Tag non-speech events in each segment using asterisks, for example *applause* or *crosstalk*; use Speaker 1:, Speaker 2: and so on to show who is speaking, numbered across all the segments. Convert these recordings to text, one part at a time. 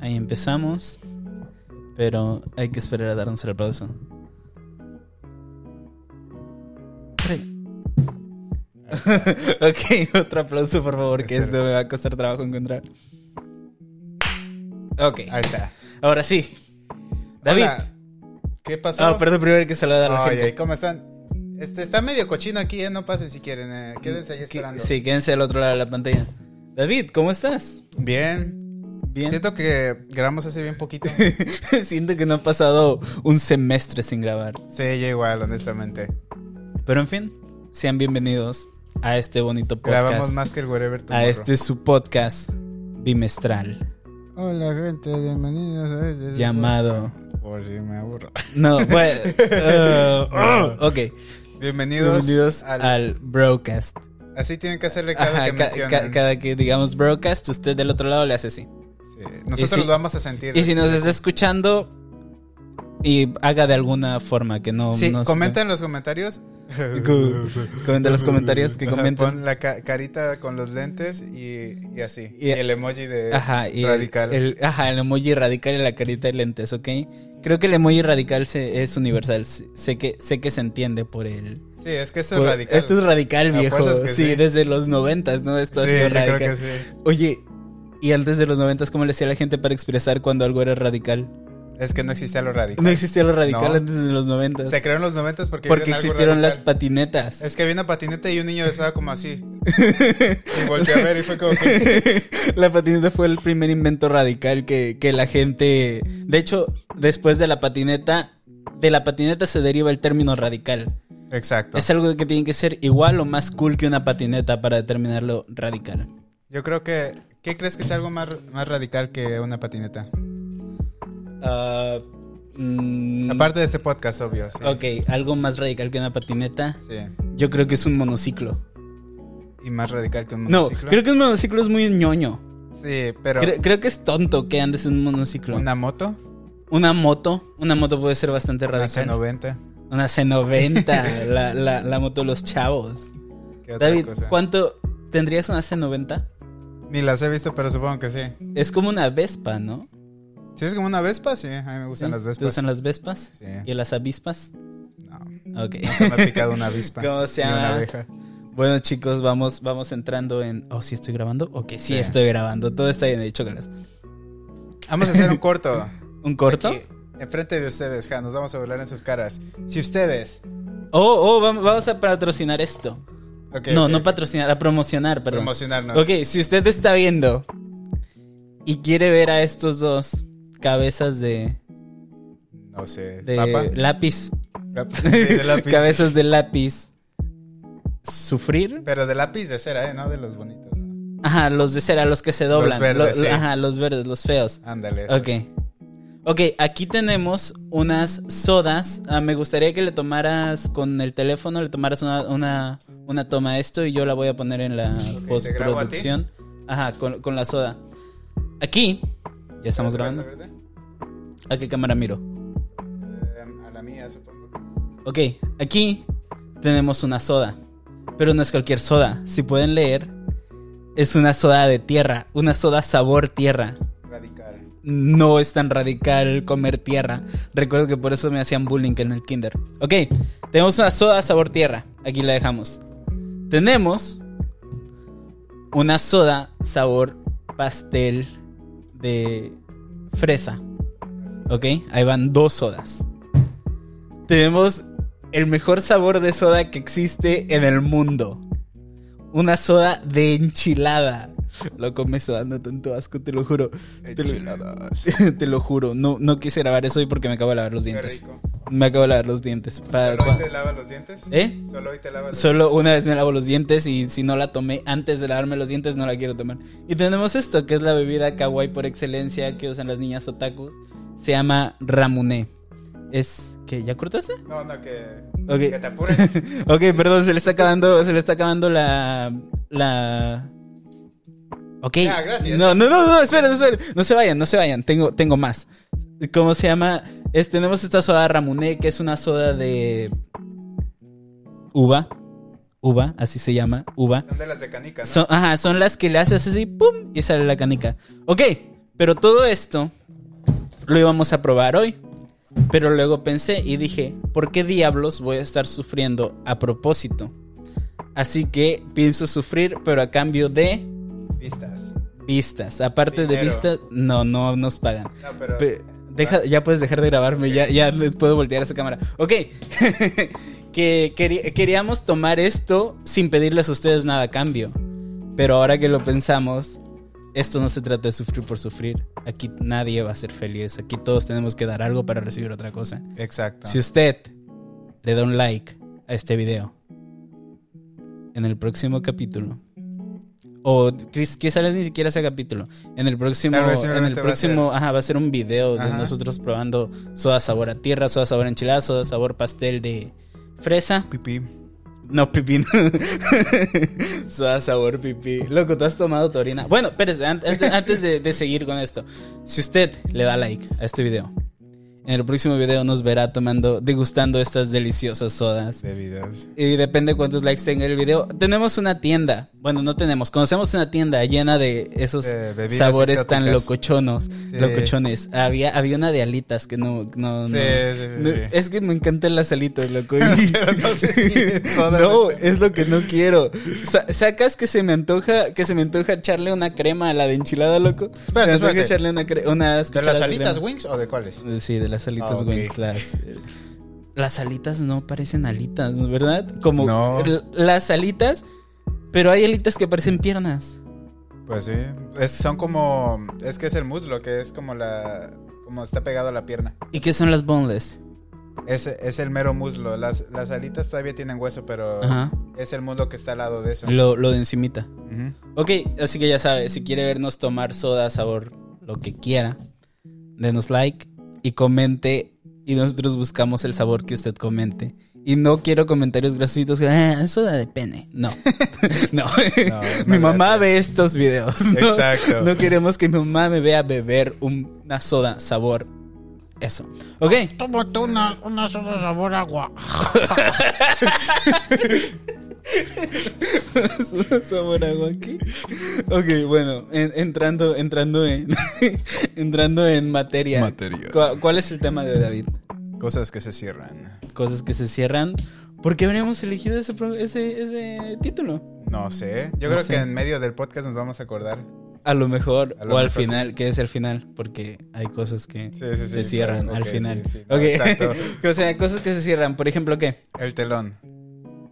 Speaker 1: Ahí empezamos. Pero hay que esperar a darnos el aplauso. ok, otro aplauso por favor, que esto me va a costar trabajo encontrar. Ok,
Speaker 2: Ahí está.
Speaker 1: ahora sí. David.
Speaker 2: Hola. ¿Qué pasó?
Speaker 1: Ah, perdón, primero hay que saludar a la
Speaker 2: Oye,
Speaker 1: gente.
Speaker 2: ¿cómo están? Este, está medio cochino aquí, eh, no pasen si quieren, eh, quédense ahí
Speaker 1: Mm, Que-
Speaker 2: esperando.
Speaker 1: Sí, quédense al otro lado de la pantalla. David, ¿cómo estás?
Speaker 2: Bien.
Speaker 1: Bien.
Speaker 2: Siento que grabamos hace bien poquito.
Speaker 1: *laughs* Siento que no ha pasado un semestre sin grabar.
Speaker 2: sí, yo igual, honestamente.
Speaker 1: Pero en fin, sean bienvenidos a este bonito podcast.
Speaker 2: Grabamos más que el Wherever
Speaker 1: a
Speaker 2: Tomorrow.
Speaker 1: este su podcast bimestral
Speaker 2: Hola, gente, bienvenidos a este-
Speaker 1: llamado.
Speaker 2: Por si me aburro. *laughs*
Speaker 1: No, bueno. uh, ok.
Speaker 2: Ah. Bienvenidos,
Speaker 1: Bienvenidos al,
Speaker 2: al-
Speaker 1: broadcast.
Speaker 2: Así tienen que hacerle cada
Speaker 1: Ajá,
Speaker 2: que
Speaker 1: ca-
Speaker 2: mencionan.
Speaker 1: ca- cada que digamos broadcast, usted del otro lado le hace así.
Speaker 2: Sí, Nosotros
Speaker 1: Y si-
Speaker 2: lo vamos a sentir.
Speaker 1: Y si nos está escuchando y haga de alguna forma que no.
Speaker 2: Sí,
Speaker 1: no se- *laughs*
Speaker 2: comenta en los comentarios.
Speaker 1: Gu- comenta en los comentarios que
Speaker 2: Ajá,
Speaker 1: comenten.
Speaker 2: Pon la ca- carita con los lentes y, y así.
Speaker 1: Y-
Speaker 2: Y, el emoji de
Speaker 1: Ajá, y el-
Speaker 2: radical.
Speaker 1: El, ajá, el emoji radical y la carita de lentes, ¿ok? Creo que el emoji radical se- es universal. Sé sé que, sé que se entiende por el,
Speaker 2: sí, es que esto
Speaker 1: Por-
Speaker 2: es radical.
Speaker 1: Pues, Esto es radical,
Speaker 2: A fuerzas
Speaker 1: viejo.
Speaker 2: que
Speaker 1: Sí,
Speaker 2: sí.
Speaker 1: desde los noventas, ¿no? Esto ha
Speaker 2: sí,
Speaker 1: sido
Speaker 2: yo
Speaker 1: radical.
Speaker 2: creo que sí.
Speaker 1: Oye, y antes de los noventas, ¿cómo le hacía la gente para expresar cuando algo era radical?
Speaker 2: Es que no existía lo radical.
Speaker 1: No existía lo radical
Speaker 2: No.
Speaker 1: antes de los noventas.
Speaker 2: Se creó en los noventas porque
Speaker 1: Porque
Speaker 2: vieron algo
Speaker 1: existieron las
Speaker 2: radical.
Speaker 1: patinetas.
Speaker 2: Es que había una patineta y un niño estaba
Speaker 1: *laughs*
Speaker 2: como así. y volteé a ver y fue como que.
Speaker 1: la patineta fue el primer invento radical que, que la gente... De hecho, después de la patineta, de la patineta se deriva el término radical.
Speaker 2: Exacto.
Speaker 1: Es algo que tiene que ser igual o más cool que una patineta para determinarlo radical.
Speaker 2: Yo creo que. ¿Qué crees que sea algo más, más radical que una patineta?
Speaker 1: Ah, mm,
Speaker 2: Aparte de este podcast, obvio. Sí.
Speaker 1: Ok, algo más radical que una patineta.
Speaker 2: Sí.
Speaker 1: Yo creo que es un monociclo.
Speaker 2: Y más radical que un
Speaker 1: No,
Speaker 2: monociclo.
Speaker 1: creo que un monociclo es muy ñoño.
Speaker 2: Sí, pero.
Speaker 1: Cre- creo que es tonto que andes en un monociclo. Una,
Speaker 2: ¿Una moto?
Speaker 1: moto. Una moto puede ser bastante
Speaker 2: Una
Speaker 1: radical.
Speaker 2: C90.
Speaker 1: Una C90. la, la- la moto de los chavos.
Speaker 2: ¿Qué otra
Speaker 1: David,
Speaker 2: cosa?
Speaker 1: ¿cuánto tendrías una C90?
Speaker 2: Ni las he visto, pero supongo que sí.
Speaker 1: Es como una Vespa, ¿no?
Speaker 2: Si es como una Vespa, sí. A mí me gustan
Speaker 1: ¿Sí?
Speaker 2: las Vespas.
Speaker 1: ¿Te gustan las Vespas?
Speaker 2: Sí.
Speaker 1: ¿Y las avispas?
Speaker 2: No,
Speaker 1: Ok. *laughs*
Speaker 2: nunca me ha picado una avispa.
Speaker 1: ¿Cómo se
Speaker 2: Ni
Speaker 1: llama?
Speaker 2: una abeja.
Speaker 1: Bueno, chicos, vamos, vamos entrando en. Oh, sí estoy grabando. Ok, sí,
Speaker 2: Sí.
Speaker 1: estoy grabando. Todo está bien, he dicho las.
Speaker 2: Vamos a hacer un corto.
Speaker 1: ¿Un *laughs* corto?
Speaker 2: Aquí, enfrente de ustedes, ja. Nos vamos a volar en sus caras. Si ustedes.
Speaker 1: Oh, oh, vam- vamos a patrocinar esto.
Speaker 2: Ok,
Speaker 1: no,
Speaker 2: ok,
Speaker 1: no patrocinar, a promocionar, perdón.
Speaker 2: Promocionarnos.
Speaker 1: ok, si usted está viendo y quiere ver a estos dos cabezas de,
Speaker 2: No sé.
Speaker 1: de
Speaker 2: ¿Papa?
Speaker 1: lápiz, *laughs*
Speaker 2: Papa, sí, de lápiz.
Speaker 1: cabezas de lápiz, sufrir.
Speaker 2: Pero de lápiz de cera, ¿eh? No de los bonitos. ¿no?
Speaker 1: Ajá, los de cera, los que se doblan.
Speaker 2: Los verdes,
Speaker 1: Lo- lo-
Speaker 2: sí.
Speaker 1: Ajá, los verdes, los feos.
Speaker 2: Ándale. eso.
Speaker 1: Ok. Ok, aquí tenemos unas sodas. Ah, me gustaría que le tomaras con el teléfono, le tomaras una, una, una toma a esto y yo la voy a poner en la
Speaker 2: ¿te grabo a ti?
Speaker 1: postproducción. Ajá, con, con la soda. Aquí, ya estamos
Speaker 2: ¿La verde,
Speaker 1: grabando.
Speaker 2: verde?
Speaker 1: ¿A qué cámara miro?
Speaker 2: Eh, a la mía, supongo.
Speaker 1: Ok, aquí tenemos una soda. Pero no es cualquier soda. Si pueden leer, es una soda de tierra. Una soda sabor tierra.
Speaker 2: Radical.
Speaker 1: no es tan radical comer tierra. Recuerdo que por eso me hacían bullying en el kinder. Ok, tenemos una soda sabor tierra. Aquí la dejamos. Tenemos una soda sabor pastel de fresa. Ok, ahí van dos sodas. Tenemos el mejor sabor de soda que existe en el mundo. Una soda de enchilada. Loco, me está dando tanto asco, te lo juro. Te lo-
Speaker 2: Enchiladas.
Speaker 1: *laughs* te lo juro, no, no quise grabar eso hoy porque me acabo de lavar los
Speaker 2: Qué
Speaker 1: dientes.
Speaker 2: rico.
Speaker 1: Me acabo de lavar los dientes. Pa-
Speaker 2: ¿Solo hoy
Speaker 1: pa-
Speaker 2: te lavas los dientes?
Speaker 1: ¿Eh?
Speaker 2: ¿Solo hoy te lavas los
Speaker 1: Solo una vez me lavo los dientes y si no la tomé antes de lavarme los dientes no la quiero tomar. Y tenemos esto, que es la bebida kawaii por excelencia que usan las niñas otakus. Se llama Ramune. Es que ya cortaste?
Speaker 2: No, no, que,
Speaker 1: Ok.
Speaker 2: que te *laughs* apures.
Speaker 1: Ok, perdón, se le está acabando, se le está acabando la la Ok.
Speaker 2: Ya, gracias.
Speaker 1: No, no, no, no, esperen, esperen. No se vayan, no se vayan. Tengo tengo más. ¿Cómo se llama? Es- tenemos esta soda Ramuné, que es una soda de uva. Uva, así se llama, uva.
Speaker 2: Son de las de canica, ¿no?
Speaker 1: Son, ajá, son las que le haces así, pum, y sale la canica. Ok, Pero todo esto lo íbamos a probar hoy. Pero luego pensé y dije, ¿por qué diablos voy a estar sufriendo a propósito? Así que pienso sufrir, pero a cambio de
Speaker 2: Vistas.
Speaker 1: vistas. Aparte de
Speaker 2: Dinero.
Speaker 1: vistas, no, no nos pagan.
Speaker 2: No, pero.
Speaker 1: Pe- deja- ya puedes dejar de grabarme, ya, ya les puedo voltear esa cámara. Ok, *laughs* que queri- queríamos tomar esto sin pedirles a ustedes nada a cambio. Pero ahora que lo pensamos, esto no se trata de sufrir por sufrir. Aquí nadie va a ser feliz. Aquí todos tenemos que dar algo para recibir otra cosa.
Speaker 2: Exacto.
Speaker 1: Si usted le da un like a este video, en el próximo capítulo, o quis- quizás ni siquiera sea capítulo, en el próximo,
Speaker 2: Tal vez
Speaker 1: en el
Speaker 2: simplemente va a
Speaker 1: próximo, ajá, va a ser un video de
Speaker 2: Ajá.
Speaker 1: nosotros probando soda sabor a tierra, soda sabor a enchilada, soda sabor pastel de fresa,
Speaker 2: Pipí.
Speaker 1: no *laughs* pipín, soda sabor pipí. Loco, ¿tú has tomado tu orina? Bueno, espérese, an- antes, antes de- de seguir con esto, si usted le da like a este video. En el próximo video nos verá tomando, degustando estas deliciosas sodas.
Speaker 2: Bebidas.
Speaker 1: Y depende cuántos likes tenga el video. Tenemos una tienda. Bueno, no tenemos. Conocemos una tienda llena de esos
Speaker 2: Eh, bebidas
Speaker 1: sabores tan
Speaker 2: exóticas.
Speaker 1: locochonos. Locochones. Había, había una de alitas que no. no,
Speaker 2: Sí,
Speaker 1: no.
Speaker 2: sí, sí,
Speaker 1: No,
Speaker 2: sí.
Speaker 1: Es que me encantan las alitas, loco.
Speaker 2: *laughs* Pero no sé si
Speaker 1: *laughs*
Speaker 2: es soda.
Speaker 1: No, es lo que no quiero. Sa- sacas que se me antoja, que se me antoja echarle una crema a la de enchilada, loco. Se me antoja
Speaker 2: Espérate, espérate.
Speaker 1: echarle una cre- unas
Speaker 2: ¿De
Speaker 1: cucharadas
Speaker 2: las
Speaker 1: de
Speaker 2: alitas
Speaker 1: crema.
Speaker 2: wings o de cuáles?
Speaker 1: Sí, de las alitas
Speaker 2: Ah, ok.
Speaker 1: Wings. Las, eh, las alitas no parecen alitas, ¿verdad? Como
Speaker 2: No.
Speaker 1: l- las alitas, pero hay alitas que parecen piernas.
Speaker 2: Pues sí. Es- son como. Es que es el muslo, que es como la. Como está pegado a la pierna.
Speaker 1: ¿Y qué son las boneless?
Speaker 2: Es, es el mero muslo. Las, las alitas todavía tienen hueso, pero
Speaker 1: Ajá.
Speaker 2: es el muslo que está al lado de eso.
Speaker 1: Lo, lo de encimita.
Speaker 2: Ujú.
Speaker 1: Ok, así que ya sabe, si quiere vernos tomar soda, sabor, lo que quiera, denos like y comente y nosotros buscamos el sabor que usted comente. Y no quiero comentarios grasitos que, "Ah, soda de pene. *laughs* No, no.
Speaker 2: No, no
Speaker 1: Mi
Speaker 2: le
Speaker 1: mamá
Speaker 2: hace.
Speaker 1: ve estos videos. *laughs* ¿no?
Speaker 2: Exacto.
Speaker 1: No queremos que mi mamá me vea beber un- una soda sabor. Eso. Ok.
Speaker 3: Tómate una, una sola sabor agua.
Speaker 1: *laughs* Soda sabor agua aquí. Ok, bueno, en- entrando, entrando en *laughs* entrando en materia.
Speaker 2: Materia.
Speaker 1: ¿Cu- ¿Cuál es el tema de David?
Speaker 2: Cosas que se cierran.
Speaker 1: Cosas que se cierran. ¿Por qué habríamos elegido ese, pro- ese, ese título?
Speaker 2: No sé. Yo
Speaker 1: No
Speaker 2: creo
Speaker 1: sé.
Speaker 2: que en medio del podcast nos vamos a acordar.
Speaker 1: A lo mejor,
Speaker 2: A lo
Speaker 1: o al
Speaker 2: mejor
Speaker 1: final, que es el final, porque hay cosas que
Speaker 2: Sí, sí, sí,
Speaker 1: se cierran
Speaker 2: claro,
Speaker 1: al
Speaker 2: ok,
Speaker 1: final.
Speaker 2: sí, sí, no,
Speaker 1: Ok.
Speaker 2: exacto.
Speaker 1: *laughs* o sea, cosas que se cierran. Por ejemplo, ¿qué?
Speaker 2: El telón.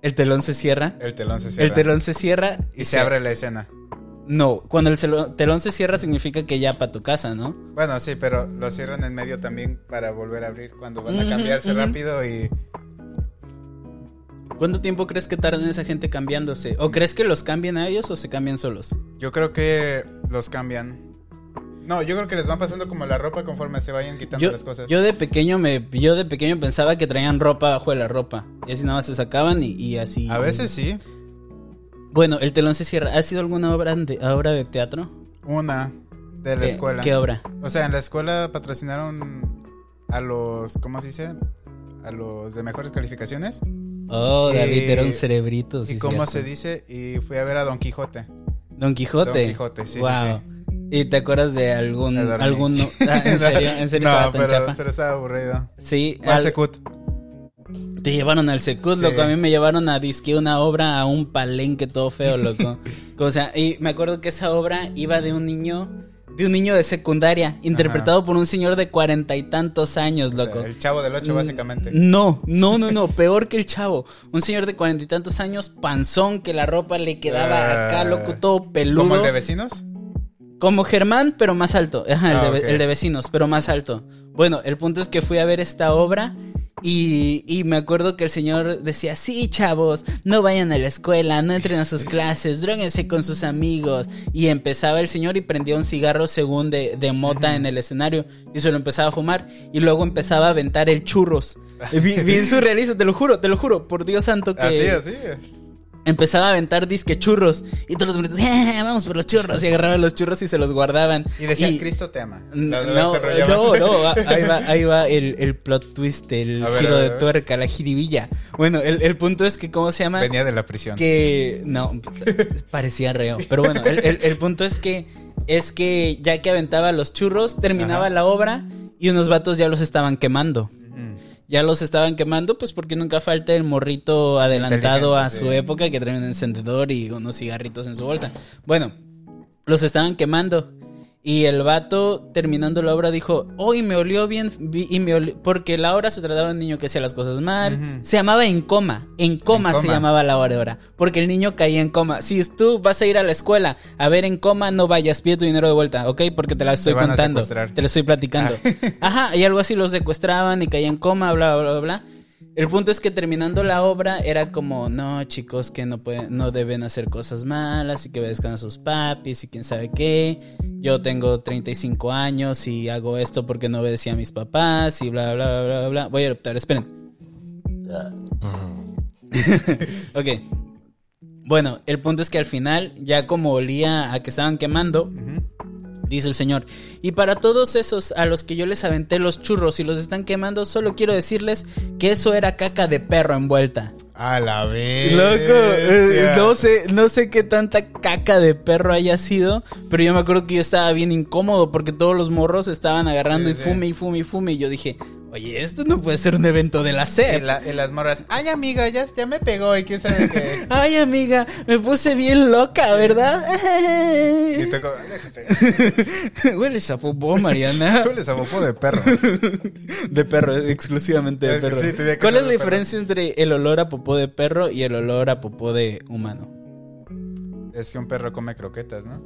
Speaker 1: ¿El telón se cierra?
Speaker 2: El telón se cierra.
Speaker 1: El telón se cierra
Speaker 2: Y se abre la escena.
Speaker 1: No, cuando el celo- telón se cierra significa que ya para tu casa, ¿no?
Speaker 2: Bueno, sí, pero lo cierran en medio también para volver a abrir cuando van a
Speaker 1: Ujú,
Speaker 2: cambiarse
Speaker 1: ujú.
Speaker 2: rápido y
Speaker 1: ¿Cuánto tiempo crees que tardan esa gente cambiándose? ¿O crees que los cambian a ellos o se cambian solos?
Speaker 2: yo creo que los cambian. No, yo creo que les van pasando como la ropa conforme se vayan quitando
Speaker 1: Yo,
Speaker 2: las cosas.
Speaker 1: yo de pequeño me, yo de pequeño pensaba que traían ropa bajo de la ropa. Y así nada más se sacaban y, y así.
Speaker 2: A veces sí.
Speaker 1: Bueno, el telón se cierra. ¿Ha sido alguna obra de, obra de teatro?
Speaker 2: Una de la
Speaker 1: ¿Qué-
Speaker 2: escuela.
Speaker 1: ¿Qué obra?
Speaker 2: O sea, en la escuela patrocinaron a los, ¿cómo se dice? A los de mejores calificaciones.
Speaker 1: Oh,
Speaker 2: Eh,
Speaker 1: David, era un cerebrito. sí,
Speaker 2: y cómo
Speaker 1: cierto.
Speaker 2: se dice, y fui a ver a Don Quijote.
Speaker 1: Don Quijote.
Speaker 2: Don Quijote, sí, sí,
Speaker 1: Wow. ¿Y te acuerdas de algún,
Speaker 2: Me dormí.
Speaker 1: algún...
Speaker 2: *laughs*
Speaker 1: Ah, en serio, en serio estaba
Speaker 2: no,
Speaker 1: tan
Speaker 2: pero,
Speaker 1: chafa?
Speaker 2: pero estaba aburrido.
Speaker 1: Sí,
Speaker 2: Fue al
Speaker 1: al-
Speaker 2: Secut.
Speaker 1: Te llevaron al Secut,
Speaker 2: Sí.
Speaker 1: loco. A mí me llevaron a disque una obra, a un palenque todo feo,
Speaker 2: *laughs*
Speaker 1: loco. o sea, y me acuerdo que esa obra iba de un niño, de un niño de secundaria, interpretado por un señor de cuarenta y tantos años,
Speaker 2: O sea,
Speaker 1: loco. Mm,
Speaker 2: el chavo del 8, básicamente.
Speaker 1: No, no, no, no, peor que el chavo. Un señor de cuarenta y tantos años, panzón, que la ropa le quedaba
Speaker 2: Ah,
Speaker 1: acá, loco, todo peludo.
Speaker 2: ¿Como el de vecinos?
Speaker 1: Como Germán, pero más alto. Ajá, el,
Speaker 2: Ah,
Speaker 1: de,
Speaker 2: ok.
Speaker 1: el de vecinos, pero más alto. Bueno, el punto es que fui a ver esta obra y, y me acuerdo que el señor decía, sí, chavos, no vayan a la escuela, no entren a sus clases, droguense con sus amigos. Y empezaba el señor y prendía un cigarro según de, de mota en el escenario y se lo empezaba a fumar y luego empezaba a aventar
Speaker 2: *laughs*
Speaker 1: el churros. Bien, bien surrealista, te lo juro, te lo juro, por Dios santo que...
Speaker 2: Así, así.
Speaker 1: Empezaba a aventar disque churros y todos los morritos, "Eh, vamos por los churros y agarraban los churros y se los guardaban.
Speaker 2: Y decía, Cristo te ama.
Speaker 1: No,
Speaker 2: La- la
Speaker 1: no,
Speaker 2: desarrollaba.
Speaker 1: no,
Speaker 2: *laughs*
Speaker 1: va- ahí va, ahí va el, el plot twist, el
Speaker 2: A ver,
Speaker 1: giro
Speaker 2: a ver, a
Speaker 1: de
Speaker 2: ver.
Speaker 1: tuerca, la jiribilla. Bueno, el, el punto es que, ¿cómo se llama?
Speaker 2: Venía de la prisión.
Speaker 1: Que no, *laughs* parecía reo. Pero bueno, el, el- el punto es que es que ya que aventaba los churros, terminaba
Speaker 2: Ajá.
Speaker 1: la obra y unos vatos ya los estaban quemando.
Speaker 2: Mm.
Speaker 1: Ya los estaban quemando, pues porque nunca falta el morrito adelantado a su
Speaker 2: Inteligente, sí.
Speaker 1: época que trae un encendedor y unos cigarritos en su bolsa. Bueno, los estaban quemando. Y el vato, terminando la obra, dijo, hoy me olió bien, vi- y me oli-", porque la obra se trataba de un niño que hacía las cosas mal.
Speaker 2: Ujú.
Speaker 1: Se llamaba en coma, en coma se
Speaker 2: coma.
Speaker 1: llamaba la obra, porque el niño caía en coma. Si tú vas a ir a la escuela a ver en coma, no vayas, pide tu dinero de vuelta, ¿ok? Porque te la estoy
Speaker 2: van a
Speaker 1: contando,
Speaker 2: secuestrar. Ah.
Speaker 1: te la estoy platicando.
Speaker 2: *laughs*
Speaker 1: Ajá, y algo así, los secuestraban y caía en coma, bla, bla, bla, bla. El punto es que terminando la obra era como, no, chicos, que no pueden, no deben hacer cosas malas y que obedezcan a sus papis y quién sabe qué. Yo tengo 35 años y hago esto porque no obedecía a mis papás y bla, bla, bla, bla, bla. Voy a eruptar, esperen.
Speaker 2: Ah.
Speaker 1: *laughs* ok. Bueno, el punto es que al final, ya como olía a que estaban quemando, dice el Señor. Y para todos esos a los que yo les aventé los churros y los están quemando, solo quiero decirles que eso era caca de perro envuelta.
Speaker 2: A la vez.
Speaker 1: Loco, eh, no sé, no sé qué tanta caca de perro haya sido, pero yo me acuerdo que yo estaba bien incómodo porque todos los morros estaban agarrando y
Speaker 2: Sí, sí.
Speaker 1: fume y fume y fume. Y yo dije, oye, esto no puede ser un evento de la SEP.
Speaker 2: En, la- en las morras. Ay, amiga, ya, ya me pegó. ¿Y quién sabe
Speaker 1: *laughs*
Speaker 2: qué?
Speaker 1: Ay, amiga, me puse bien loca, ¿verdad? *laughs*
Speaker 2: Y te co- déjate.
Speaker 1: Hueles a popó,
Speaker 2: *laughs*
Speaker 1: Mariana.
Speaker 2: Tú les abopó de perro.
Speaker 1: De perro, exclusivamente de
Speaker 2: Eh,
Speaker 1: perro.
Speaker 2: sí, tenía que
Speaker 1: ¿Cuál
Speaker 2: ser
Speaker 1: es la
Speaker 2: de perro.
Speaker 1: diferencia entre el olor a popó de perro y el olor a popó de humano?
Speaker 2: Es que un perro come croquetas, ¿no?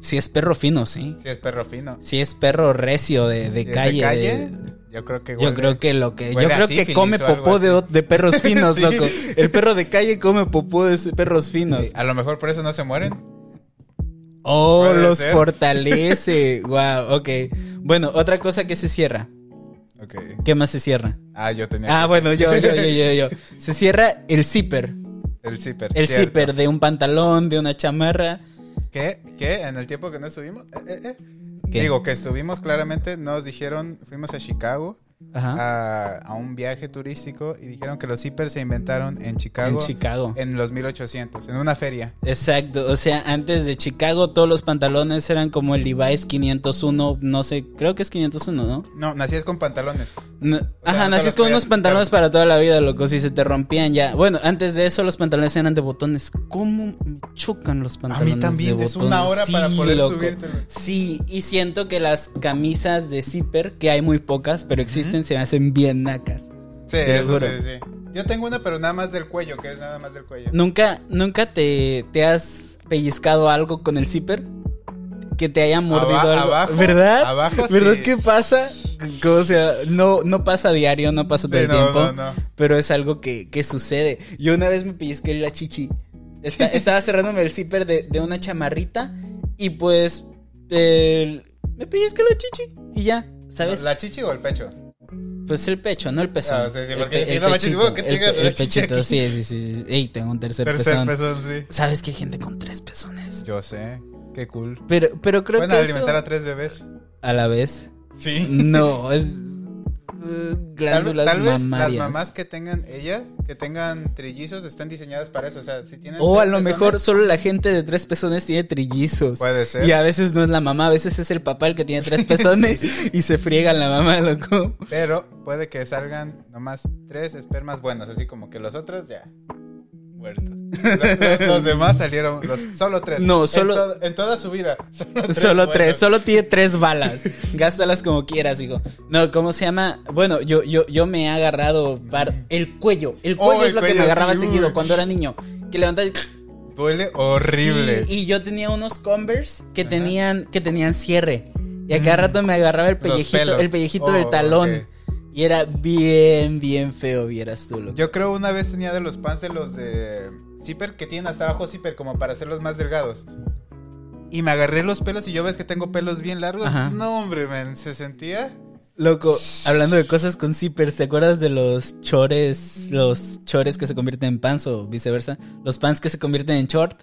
Speaker 1: Si es perro fino, sí.
Speaker 2: Si es perro fino.
Speaker 1: Si es perro recio de, de
Speaker 2: Si es
Speaker 1: calle. de-
Speaker 2: Yo creo que
Speaker 1: Yo
Speaker 2: huele-
Speaker 1: creo que lo que. Yo
Speaker 2: huele a
Speaker 1: creo que
Speaker 2: sífilis
Speaker 1: come
Speaker 2: o algo
Speaker 1: popó de,
Speaker 2: así.
Speaker 1: ot- de perros finos,
Speaker 2: *laughs* Sí.
Speaker 1: loco. El perro de calle come popó de s- perros finos.
Speaker 2: A lo mejor por eso no se mueren.
Speaker 1: Oh,
Speaker 2: Puede
Speaker 1: los
Speaker 2: ser. *laughs*
Speaker 1: fortalece. wow, ok. Bueno, otra cosa que se cierra.
Speaker 2: Ok.
Speaker 1: ¿Qué más se cierra?
Speaker 2: Ah, yo tenía
Speaker 1: Ah, bueno, yo, yo, yo, yo,
Speaker 2: *laughs*
Speaker 1: yo. Se cierra el zipper.
Speaker 2: el zipper.
Speaker 1: El
Speaker 2: cierto.
Speaker 1: zipper de un pantalón, de una chamarra.
Speaker 2: ¿Qué? ¿Qué? ¿En el tiempo que no estuvimos? Eh, eh, eh.
Speaker 1: ¿Qué?
Speaker 2: Digo, que estuvimos claramente, nos dijeron, fuimos a Chicago Ah,
Speaker 1: Ajá.
Speaker 2: a, a un viaje turístico y dijeron que los zippers se inventaron en Chicago
Speaker 1: en
Speaker 2: en,
Speaker 1: Chicago.
Speaker 2: los 1800, en una feria.
Speaker 1: Exacto, o sea, antes de Chicago todos los pantalones eran como el Levi's 501, no sé, creo que es 501, ¿no?
Speaker 2: No, nacías con pantalones.
Speaker 1: No- Ajá,
Speaker 2: no te
Speaker 1: naciste con
Speaker 2: los podías
Speaker 1: unos pantalones para toda la vida, loco, si se te rompían ya. Bueno, antes de eso los pantalones eran de botones. ¿Cómo me chocan los pantalones?
Speaker 2: también,
Speaker 1: de
Speaker 2: es una
Speaker 1: botones?
Speaker 2: hora para poder
Speaker 1: loco.
Speaker 2: subírtelo.
Speaker 1: Sí, y siento que las camisas de zipper, que hay muy pocas, pero existen, se me hacen bien nacas.
Speaker 2: Sí,
Speaker 1: Te lo
Speaker 2: eso sí,
Speaker 1: juro.
Speaker 2: sí. Yo tengo una, pero nada más del cuello, que es nada más del cuello.
Speaker 1: ¿Nunca, nunca te, te has pellizcado algo con el zipper? Que te haya mordido
Speaker 2: Aba-
Speaker 1: algo.
Speaker 2: abajo,
Speaker 1: ¿Verdad?
Speaker 2: abajo sí.
Speaker 1: ¿Verdad que pasa? C- O sea, no, no pasa diario, no pasa todo
Speaker 2: Sí,
Speaker 1: el
Speaker 2: no,
Speaker 1: tiempo.
Speaker 2: no, no.
Speaker 1: Pero es algo que, que sucede. Yo una vez me pellizqué la chichi.
Speaker 2: *laughs*
Speaker 1: Esta- estaba cerrándome el zipper de, de una chamarrita. Y pues. el- me pellizqué la chichi. Y ya. ¿Sabes?
Speaker 2: ¿La chichi o el pecho?
Speaker 1: Pues el pecho, no el pezón.
Speaker 2: Ah, sí, sí,
Speaker 1: El
Speaker 2: porque
Speaker 1: pe-
Speaker 2: si
Speaker 1: el
Speaker 2: no, machis,
Speaker 1: pechito,
Speaker 2: bueno, que
Speaker 1: el
Speaker 2: tengas
Speaker 1: pe-
Speaker 2: la
Speaker 1: el
Speaker 2: chichi
Speaker 1: pechito,
Speaker 2: aquí.
Speaker 1: sí, sí, sí. sí. Ey, tengo un tercer,
Speaker 2: Tercer
Speaker 1: pezón.
Speaker 2: pezón, sí.
Speaker 1: Sabes que hay gente con tres pezones.
Speaker 2: Yo sé, qué cool.
Speaker 1: Pero, pero creo
Speaker 2: Pueden
Speaker 1: que eso-
Speaker 2: alimentar a tres bebés.
Speaker 1: a la vez.
Speaker 2: Sí. *laughs*
Speaker 1: No, es eh,
Speaker 2: Tal,
Speaker 1: glándulas
Speaker 2: tal vez las
Speaker 1: mamarias.
Speaker 2: mamás que tengan ellas, que tengan trillizos, están diseñadas para eso. O sea, si tienen.
Speaker 1: O
Speaker 2: tres
Speaker 1: a lo
Speaker 2: pezones,
Speaker 1: mejor solo la gente de tres pezones tiene trillizos.
Speaker 2: Puede ser.
Speaker 1: Y a veces no es la mamá, a veces es el papá el que tiene tres
Speaker 2: *laughs*
Speaker 1: pezones y se friega la mamá, loco.
Speaker 2: Pero puede que salgan nomás tres espermas buenos, así como que los otros ya. Muertos. *laughs* Los, los- los demás salieron, los, solo tres.
Speaker 1: No,
Speaker 2: En
Speaker 1: solo-
Speaker 2: to- En, toda su vida. *laughs*
Speaker 1: Solo
Speaker 2: Solo tres.
Speaker 1: tres,
Speaker 2: buenos.
Speaker 1: solo tiene tres balas. Gástalas como quieras, hijo. No, ¿cómo se llama? Bueno, yo, yo, yo me he agarrado par- el cuello. El
Speaker 2: Oh,
Speaker 1: cuello
Speaker 2: el
Speaker 1: es lo que
Speaker 2: cuello,
Speaker 1: me agarraba
Speaker 2: sí, uy.
Speaker 1: seguido cuando era niño. Que levantaba y-
Speaker 2: Duele horrible.
Speaker 1: Sí, y yo tenía unos Converse que
Speaker 2: Ajá.
Speaker 1: tenían, que tenían cierre. Y a cada rato me agarraba el
Speaker 2: Los
Speaker 1: pellejito,
Speaker 2: pelos.
Speaker 1: el pellejito
Speaker 2: Oh,
Speaker 1: del talón.
Speaker 2: ok.
Speaker 1: Y era bien, bien feo, vieras tú, loco.
Speaker 2: Yo creo una vez tenía de los pants de los de zipper que tienen hasta abajo zipper como para hacerlos más delgados. Y me agarré los pelos y yo ves que tengo pelos bien largos.
Speaker 1: Ajá.
Speaker 2: No, hombre, men, se sentía
Speaker 1: Loco, hablando de cosas con zippers, ¿te acuerdas de los chores, los chores que se convierten en pants o viceversa? Los pants que se convierten en short.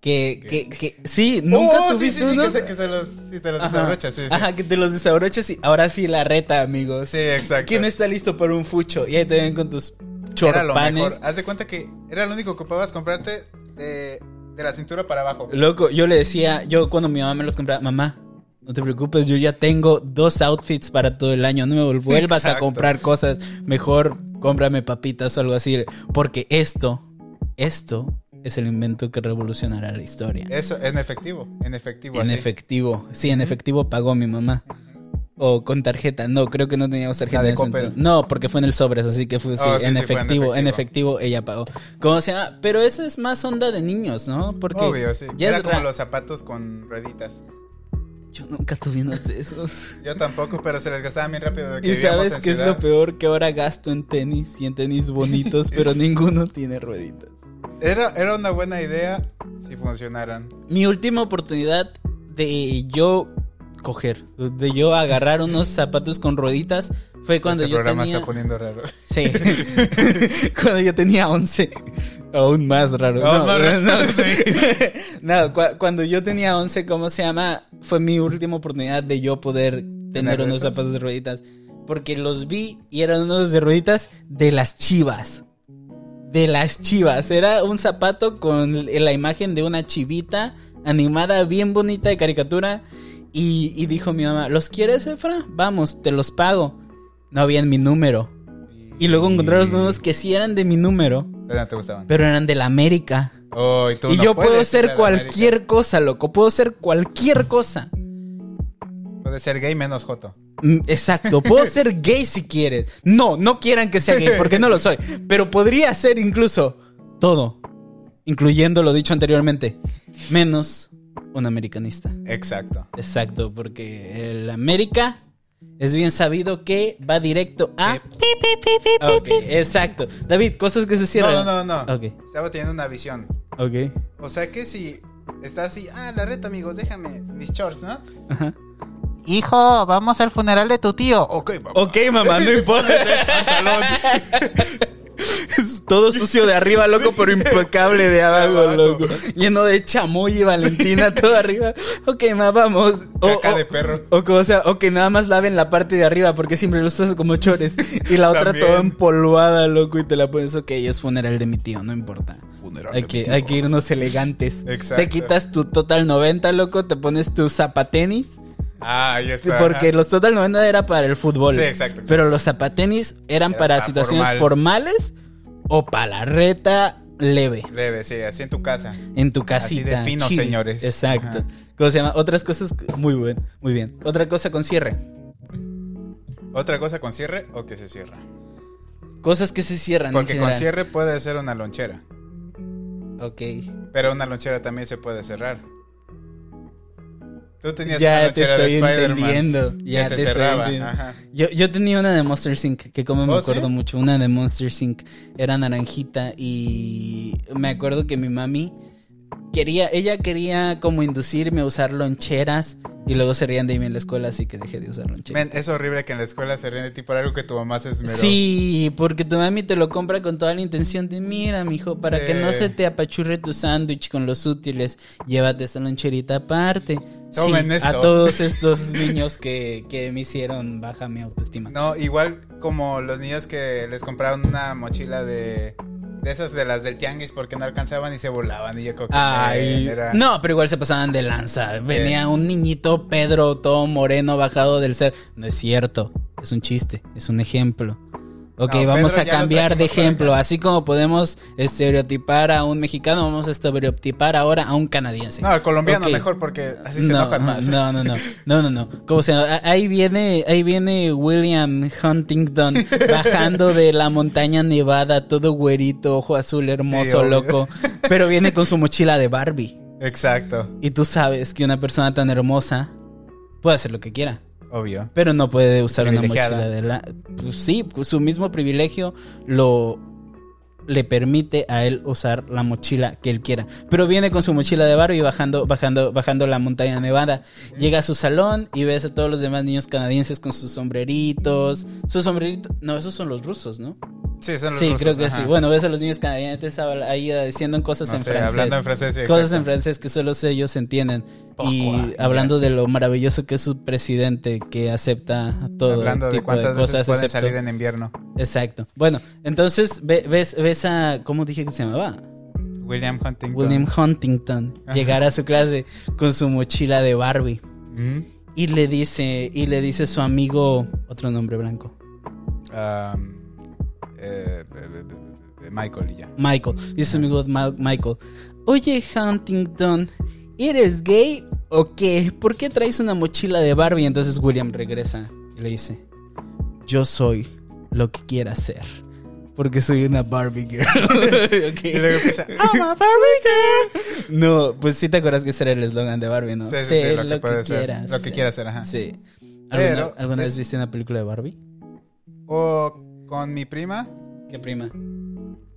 Speaker 1: Que, que, que, sí, nunca
Speaker 2: Oh, sí,
Speaker 1: tuviste
Speaker 2: sí, sí,
Speaker 1: uno?
Speaker 2: que, se, que se los, sí, te los
Speaker 1: Ajá.
Speaker 2: desabrochas, sí, sí.
Speaker 1: Ajá, que te los desabroches y ahora sí la reta, amigos.
Speaker 2: Sí, exacto.
Speaker 1: ¿Quién está listo para un fucho? Y ahí te ven con tus
Speaker 2: Era lo mejor.
Speaker 1: chorpanes.
Speaker 2: Haz de cuenta que era lo único que ocupabas comprarte de, de la cintura para abajo.
Speaker 1: Loco, yo le decía, yo cuando mi mamá me los compraba, mamá, no te preocupes, yo ya tengo dos outfits para todo el año, no me vol- vuelvas a
Speaker 2: Exacto.
Speaker 1: comprar cosas, mejor cómprame papitas o algo así, porque esto, esto es el invento que revolucionará la historia.
Speaker 2: Eso, en efectivo, en efectivo.
Speaker 1: en
Speaker 2: así.
Speaker 1: efectivo, sí, en efectivo pagó mi mamá. O con tarjeta, no, creo que no teníamos tarjeta.
Speaker 2: La de
Speaker 1: en ese
Speaker 2: Coppel.
Speaker 1: entonces. No, porque fue en el sobres, así que fue, sí,
Speaker 2: Oh, sí,
Speaker 1: en,
Speaker 2: sí, fue en
Speaker 1: efectivo, en
Speaker 2: efectivo.
Speaker 1: efectivo, ella pagó. ¿Cómo se llama? Pero eso es más onda de niños, ¿no? Porque
Speaker 2: Obvio, sí.
Speaker 1: ya
Speaker 2: era
Speaker 1: es
Speaker 2: como
Speaker 1: ra-
Speaker 2: los zapatos con rueditas.
Speaker 1: Yo nunca tuve unos de esos.
Speaker 2: Yo tampoco, pero se les gastaban bien rápido. de que
Speaker 1: Y
Speaker 2: vivíamos
Speaker 1: sabes
Speaker 2: en
Speaker 1: que es
Speaker 2: ciudad.
Speaker 1: lo peor que ahora gasto en tenis y en tenis bonitos,
Speaker 2: *laughs*
Speaker 1: pero ninguno tiene rueditas.
Speaker 2: Era, era una buena idea si funcionaran.
Speaker 1: Mi última oportunidad de yo coger, de yo agarrar unos zapatos con rueditas fue cuando
Speaker 2: este
Speaker 1: yo
Speaker 2: programa
Speaker 1: tenía
Speaker 2: está poniendo raro.
Speaker 1: Sí. *laughs* Cuando yo tenía 11. Aún más raro.
Speaker 2: Aún
Speaker 1: no,
Speaker 2: más raro,
Speaker 1: no,
Speaker 2: sí.
Speaker 1: *laughs* No, cu- cuando yo tenía 11, ¿cómo se llama? Fue mi última oportunidad de yo poder tener
Speaker 2: de
Speaker 1: unos
Speaker 2: esos?
Speaker 1: zapatos de rueditas. Porque los vi y eran unos de rueditas de las chivas. De las chivas. Era un zapato con la imagen de una chivita animada bien bonita de caricatura. Y, y dijo mi mamá, ¿los quieres, Efra? Vamos, te los pago. No habían mi número. Y luego
Speaker 2: Mm.
Speaker 1: encontraron unos que sí eran de mi número,
Speaker 2: Pero no te gustaban.
Speaker 1: pero eran de la América.
Speaker 2: Oh, y tú
Speaker 1: y
Speaker 2: no
Speaker 1: yo puedo
Speaker 2: puedes
Speaker 1: ser
Speaker 2: a la
Speaker 1: cualquier cosa, loco. Puedo ser cualquier cosa.
Speaker 2: América. Puedes ser gay menos joto.
Speaker 1: Mm, Exacto,
Speaker 2: *laughs*
Speaker 1: puedo ser gay si quieres. No, no quieran que sea gay, porque no lo soy. Pero podría ser incluso todo, incluyendo lo dicho anteriormente, menos un americanista.
Speaker 2: Exacto.
Speaker 1: Exacto, porque el América es bien sabido que va directo a... Ok, exacto. David, cosas que se cierran.
Speaker 2: No, no, no, no.
Speaker 1: Ok.
Speaker 2: Estaba teniendo una visión.
Speaker 1: Ok.
Speaker 2: O sea que si está así, ah, la reta, amigos, déjame mis shorts, ¿no?
Speaker 1: Ajá.
Speaker 3: Hijo, vamos al funeral de tu tío.
Speaker 2: Ok, papá.
Speaker 1: Ok, mamá, no importa.
Speaker 2: Pantalón.
Speaker 1: Es *laughs* Todo sucio de arriba, loco, pero impecable de abajo,
Speaker 2: Abajo.
Speaker 1: loco. Lleno de chamoy y Valentina todo arriba. Ok, ma, vamos.
Speaker 2: Caca de perro.
Speaker 1: O, que, o sea, o que nada más laven la parte de arriba porque siempre lo usas como chores. Y la otra
Speaker 2: También.
Speaker 1: toda empolvada, loco, y te la pones. Ok, es funeral de mi tío, no importa.
Speaker 2: Funeral
Speaker 1: Hay
Speaker 2: de
Speaker 1: que,
Speaker 2: mi tío.
Speaker 1: hay que irnos elegantes.
Speaker 2: Exacto.
Speaker 1: Te quitas tu total 90, loco, te pones tu zapatenis.
Speaker 2: Ah, ya
Speaker 1: Sí,
Speaker 2: está.
Speaker 1: Porque los Total 90 era para el fútbol.
Speaker 2: Sí, exacto, exacto.
Speaker 1: Pero los zapatenis eran
Speaker 2: Era
Speaker 1: para
Speaker 2: pa'
Speaker 1: situaciones
Speaker 2: formal.
Speaker 1: formales o para la reta leve.
Speaker 2: Debe, sí, así en tu casa.
Speaker 1: En tu casita.
Speaker 2: de fino, señores.
Speaker 1: Exacto.
Speaker 2: Ajá.
Speaker 1: ¿Cómo se llama? Otras cosas. Muy bien, muy bien. Otra cosa con cierre.
Speaker 2: ¿Otra cosa con cierre o que se cierra?
Speaker 1: Cosas que se cierran. en
Speaker 2: Porque con
Speaker 1: general.
Speaker 2: cierre puede ser una lonchera.
Speaker 1: Ok.
Speaker 2: Pero una lonchera también se puede cerrar. Tú tenías una
Speaker 1: Ya te
Speaker 2: lonchera
Speaker 1: estoy
Speaker 2: de Spider-Man.
Speaker 1: entendiendo.
Speaker 2: que
Speaker 1: Ya
Speaker 2: se
Speaker 1: te estoy
Speaker 2: cerraba.
Speaker 1: entendiendo.
Speaker 2: Ajá.
Speaker 1: Yo, yo tenía una de Monster Inc. que como me
Speaker 2: ¿Oh,
Speaker 1: acuerdo
Speaker 2: sí?
Speaker 1: mucho, una de Monster Inc. era naranjita y me acuerdo que mi mami quería, ella quería como inducirme a usar loncheras y luego se rían de mí en la escuela, así que dejé de usar loncheras.
Speaker 2: Men, es horrible que en la escuela se ríen de ti por algo que tu mamá se esmeró.
Speaker 1: Sí, porque tu mami te lo compra con toda la intención de, mira, mijo, para
Speaker 2: Sí.
Speaker 1: que no se te apachurre tu sándwich con los útiles, llévate esta loncherita aparte. Sí,
Speaker 2: Tomen esto.
Speaker 1: a
Speaker 2: *laughs*
Speaker 1: todos estos niños que, que me hicieron baja mi autoestima.
Speaker 2: No, igual como los niños que les compraron una mochila de, de esas de las del tianguis porque no alcanzaban y se burlaban. Y yo creo que
Speaker 1: Ay,
Speaker 2: men, era-
Speaker 1: no, pero igual se pasaban de lanza. Venía un niñito Pedro, todo moreno, bajado del ser. No es cierto, es un chiste, es un ejemplo. Ok,
Speaker 2: No,
Speaker 1: vamos
Speaker 2: Pedro
Speaker 1: a
Speaker 2: ya lo
Speaker 1: cambiar de
Speaker 2: trajimos para
Speaker 1: ejemplo.
Speaker 2: acá.
Speaker 1: Así como podemos estereotipar a un mexicano, vamos a estereotipar ahora a un canadiense.
Speaker 2: No, al colombiano
Speaker 1: Ok.
Speaker 2: mejor porque así se
Speaker 1: no,
Speaker 2: enojan más.
Speaker 1: No, no, no. No, no, no. ¿Cómo se llama? A- Ahí viene, ahí viene William
Speaker 2: *laughs*
Speaker 1: Huntington bajando de la montaña nevada, todo güerito, ojo azul, hermoso,
Speaker 2: obvio.
Speaker 1: loco. Pero viene con su mochila de Barbie.
Speaker 2: Exacto,
Speaker 1: Y tú sabes que una persona tan hermosa puede hacer lo que quiera,
Speaker 2: obvio.
Speaker 1: pero no puede usar una
Speaker 2: Privilegiada.
Speaker 1: mochila de la... pues sí, pues su mismo privilegio lo le permite a él usar la mochila que él quiera. Pero viene con su mochila de barro y bajando, bajando, bajando la montaña nevada. Llega a su salón y ves a todos los demás niños canadienses con sus sombreritos. Sus sombreritos. No, esos son los rusos, ¿no?
Speaker 2: Sí, son los
Speaker 1: Sí,
Speaker 2: rusos,
Speaker 1: creo que
Speaker 2: ajá.
Speaker 1: sí. Bueno, ves a los niños canadienses habla- ahí eh, diciendo cosas
Speaker 2: No
Speaker 1: en
Speaker 2: sé,
Speaker 1: francés.
Speaker 2: hablando en francés, sí,
Speaker 1: Cosas
Speaker 2: exacto. ah,
Speaker 1: en francés que solo ellos entienden. y
Speaker 2: Pourquoi?
Speaker 1: hablando de lo maravilloso que es su presidente que acepta a todo
Speaker 2: Hablando de
Speaker 1: tipo
Speaker 2: cuántas
Speaker 1: cosas.
Speaker 2: veces pueden
Speaker 1: excepto-
Speaker 2: salir en invierno.
Speaker 1: Exacto. Bueno, entonces ve- ves, ves a... ¿Cómo dije que se llamaba?
Speaker 2: William Huntington.
Speaker 1: William Huntington. Llegar a su clase con su mochila de Barbie.
Speaker 2: Mm.
Speaker 1: Y le dice, y le dice su amigo, otro nombre blanco,
Speaker 2: Um, eh, be- be- be- be- Michael y ya.
Speaker 1: Michael. Dice su amigo Ma- Michael, oye Huntington, ¿eres gay o qué? ¿Por qué traes una mochila de Barbie? Entonces William regresa y le dice, yo soy lo que quiera ser. Porque soy una Barbie
Speaker 2: *laughs*
Speaker 1: girl. Ok.
Speaker 2: Y luego empieza.
Speaker 1: I'm a Barbie girl. No, pues sí te acuerdas que ese era el eslogan de Barbie, ¿no?
Speaker 2: Sí, sí, sí,
Speaker 1: Sé
Speaker 2: lo que puede ser,
Speaker 1: quieras
Speaker 2: lo que
Speaker 1: ser.
Speaker 2: quieras ser, ajá.
Speaker 1: Sí. ¿Alguna,
Speaker 2: Pero
Speaker 1: alguna vez
Speaker 2: es-
Speaker 1: viste una película de Barbie?
Speaker 2: O con mi prima.
Speaker 1: ¿Qué prima?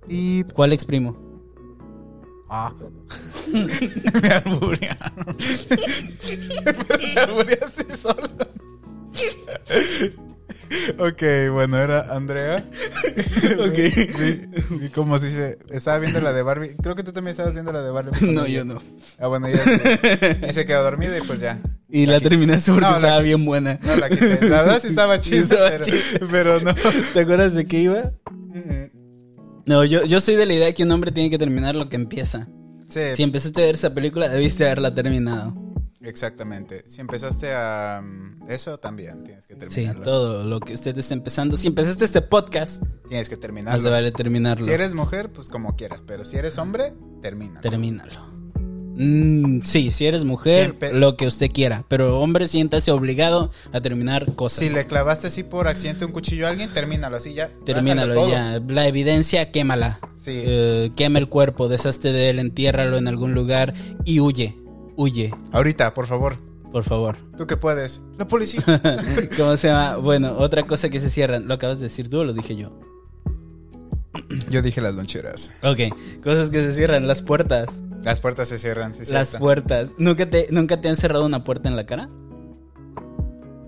Speaker 3: Y
Speaker 1: ¿Cuál ex primo?
Speaker 2: *laughs*
Speaker 1: *laughs*
Speaker 2: Ah. *laughs* Me alburea. *laughs* Pero te albureaste solo. *laughs* ok, bueno,
Speaker 1: *laughs*
Speaker 2: era Andrea. ok. Y, como si se estaba viendo la de Barbie. Creo que tú también estabas viendo la de Barbie.
Speaker 1: *laughs* No, yo no.
Speaker 2: Ah, bueno, ella
Speaker 1: *laughs*
Speaker 2: se, y se quedó dormida y pues ya.
Speaker 1: Y la,
Speaker 2: quité.
Speaker 1: terminaste porque
Speaker 2: No, la
Speaker 1: estaba bien buena.
Speaker 2: No la quité. La verdad sí estaba chida,
Speaker 1: Estaba
Speaker 2: pero,
Speaker 1: chida.
Speaker 2: pero no.
Speaker 1: *laughs* ¿Te acuerdas de qué iba?
Speaker 2: Mm,
Speaker 1: No, yo, yo soy de la idea que un hombre tiene que terminar lo que empieza.
Speaker 2: Sí,
Speaker 1: Si empezaste a ver esa película, debiste haberla terminado.
Speaker 2: exactamente. Si empezaste a mm, eso también tienes que
Speaker 1: Sí,
Speaker 2: terminarlo.
Speaker 1: todo lo que usted está empezando. Si empezaste este podcast,
Speaker 2: Tienes que
Speaker 1: más te
Speaker 2: terminarlo.
Speaker 1: vale terminarlo.
Speaker 2: Si eres mujer, pues como quieras, pero si eres hombre, termina.
Speaker 1: Termínalo. Mm, sí, si eres mujer,
Speaker 2: Siempre-
Speaker 1: lo que usted quiera. Pero hombre, siéntase obligado a terminar cosas.
Speaker 2: Si le clavaste así por accidente un cuchillo a alguien, termínalo así ya.
Speaker 1: Termínalo
Speaker 2: rájalo todo.
Speaker 1: ya. La evidencia, quémala.
Speaker 2: Sí.
Speaker 1: Eh, quema el cuerpo, deshazte de él, entiérralo en algún lugar y huye. Huye,
Speaker 2: Ahorita, por favor.
Speaker 1: por favor.
Speaker 2: Tú que puedes. La policía.
Speaker 1: *laughs* ¿Cómo se llama? Bueno, otra cosa que se cierran. ¿Lo acabas de decir tú o lo dije yo?
Speaker 2: Yo dije las loncheras.
Speaker 1: Ok, cosas que se cierran. Las puertas.
Speaker 2: Las puertas se cierran, sí,
Speaker 1: las
Speaker 2: cierto.
Speaker 1: puertas. ¿Nunca te, ¿Nunca te han cerrado una puerta en la cara?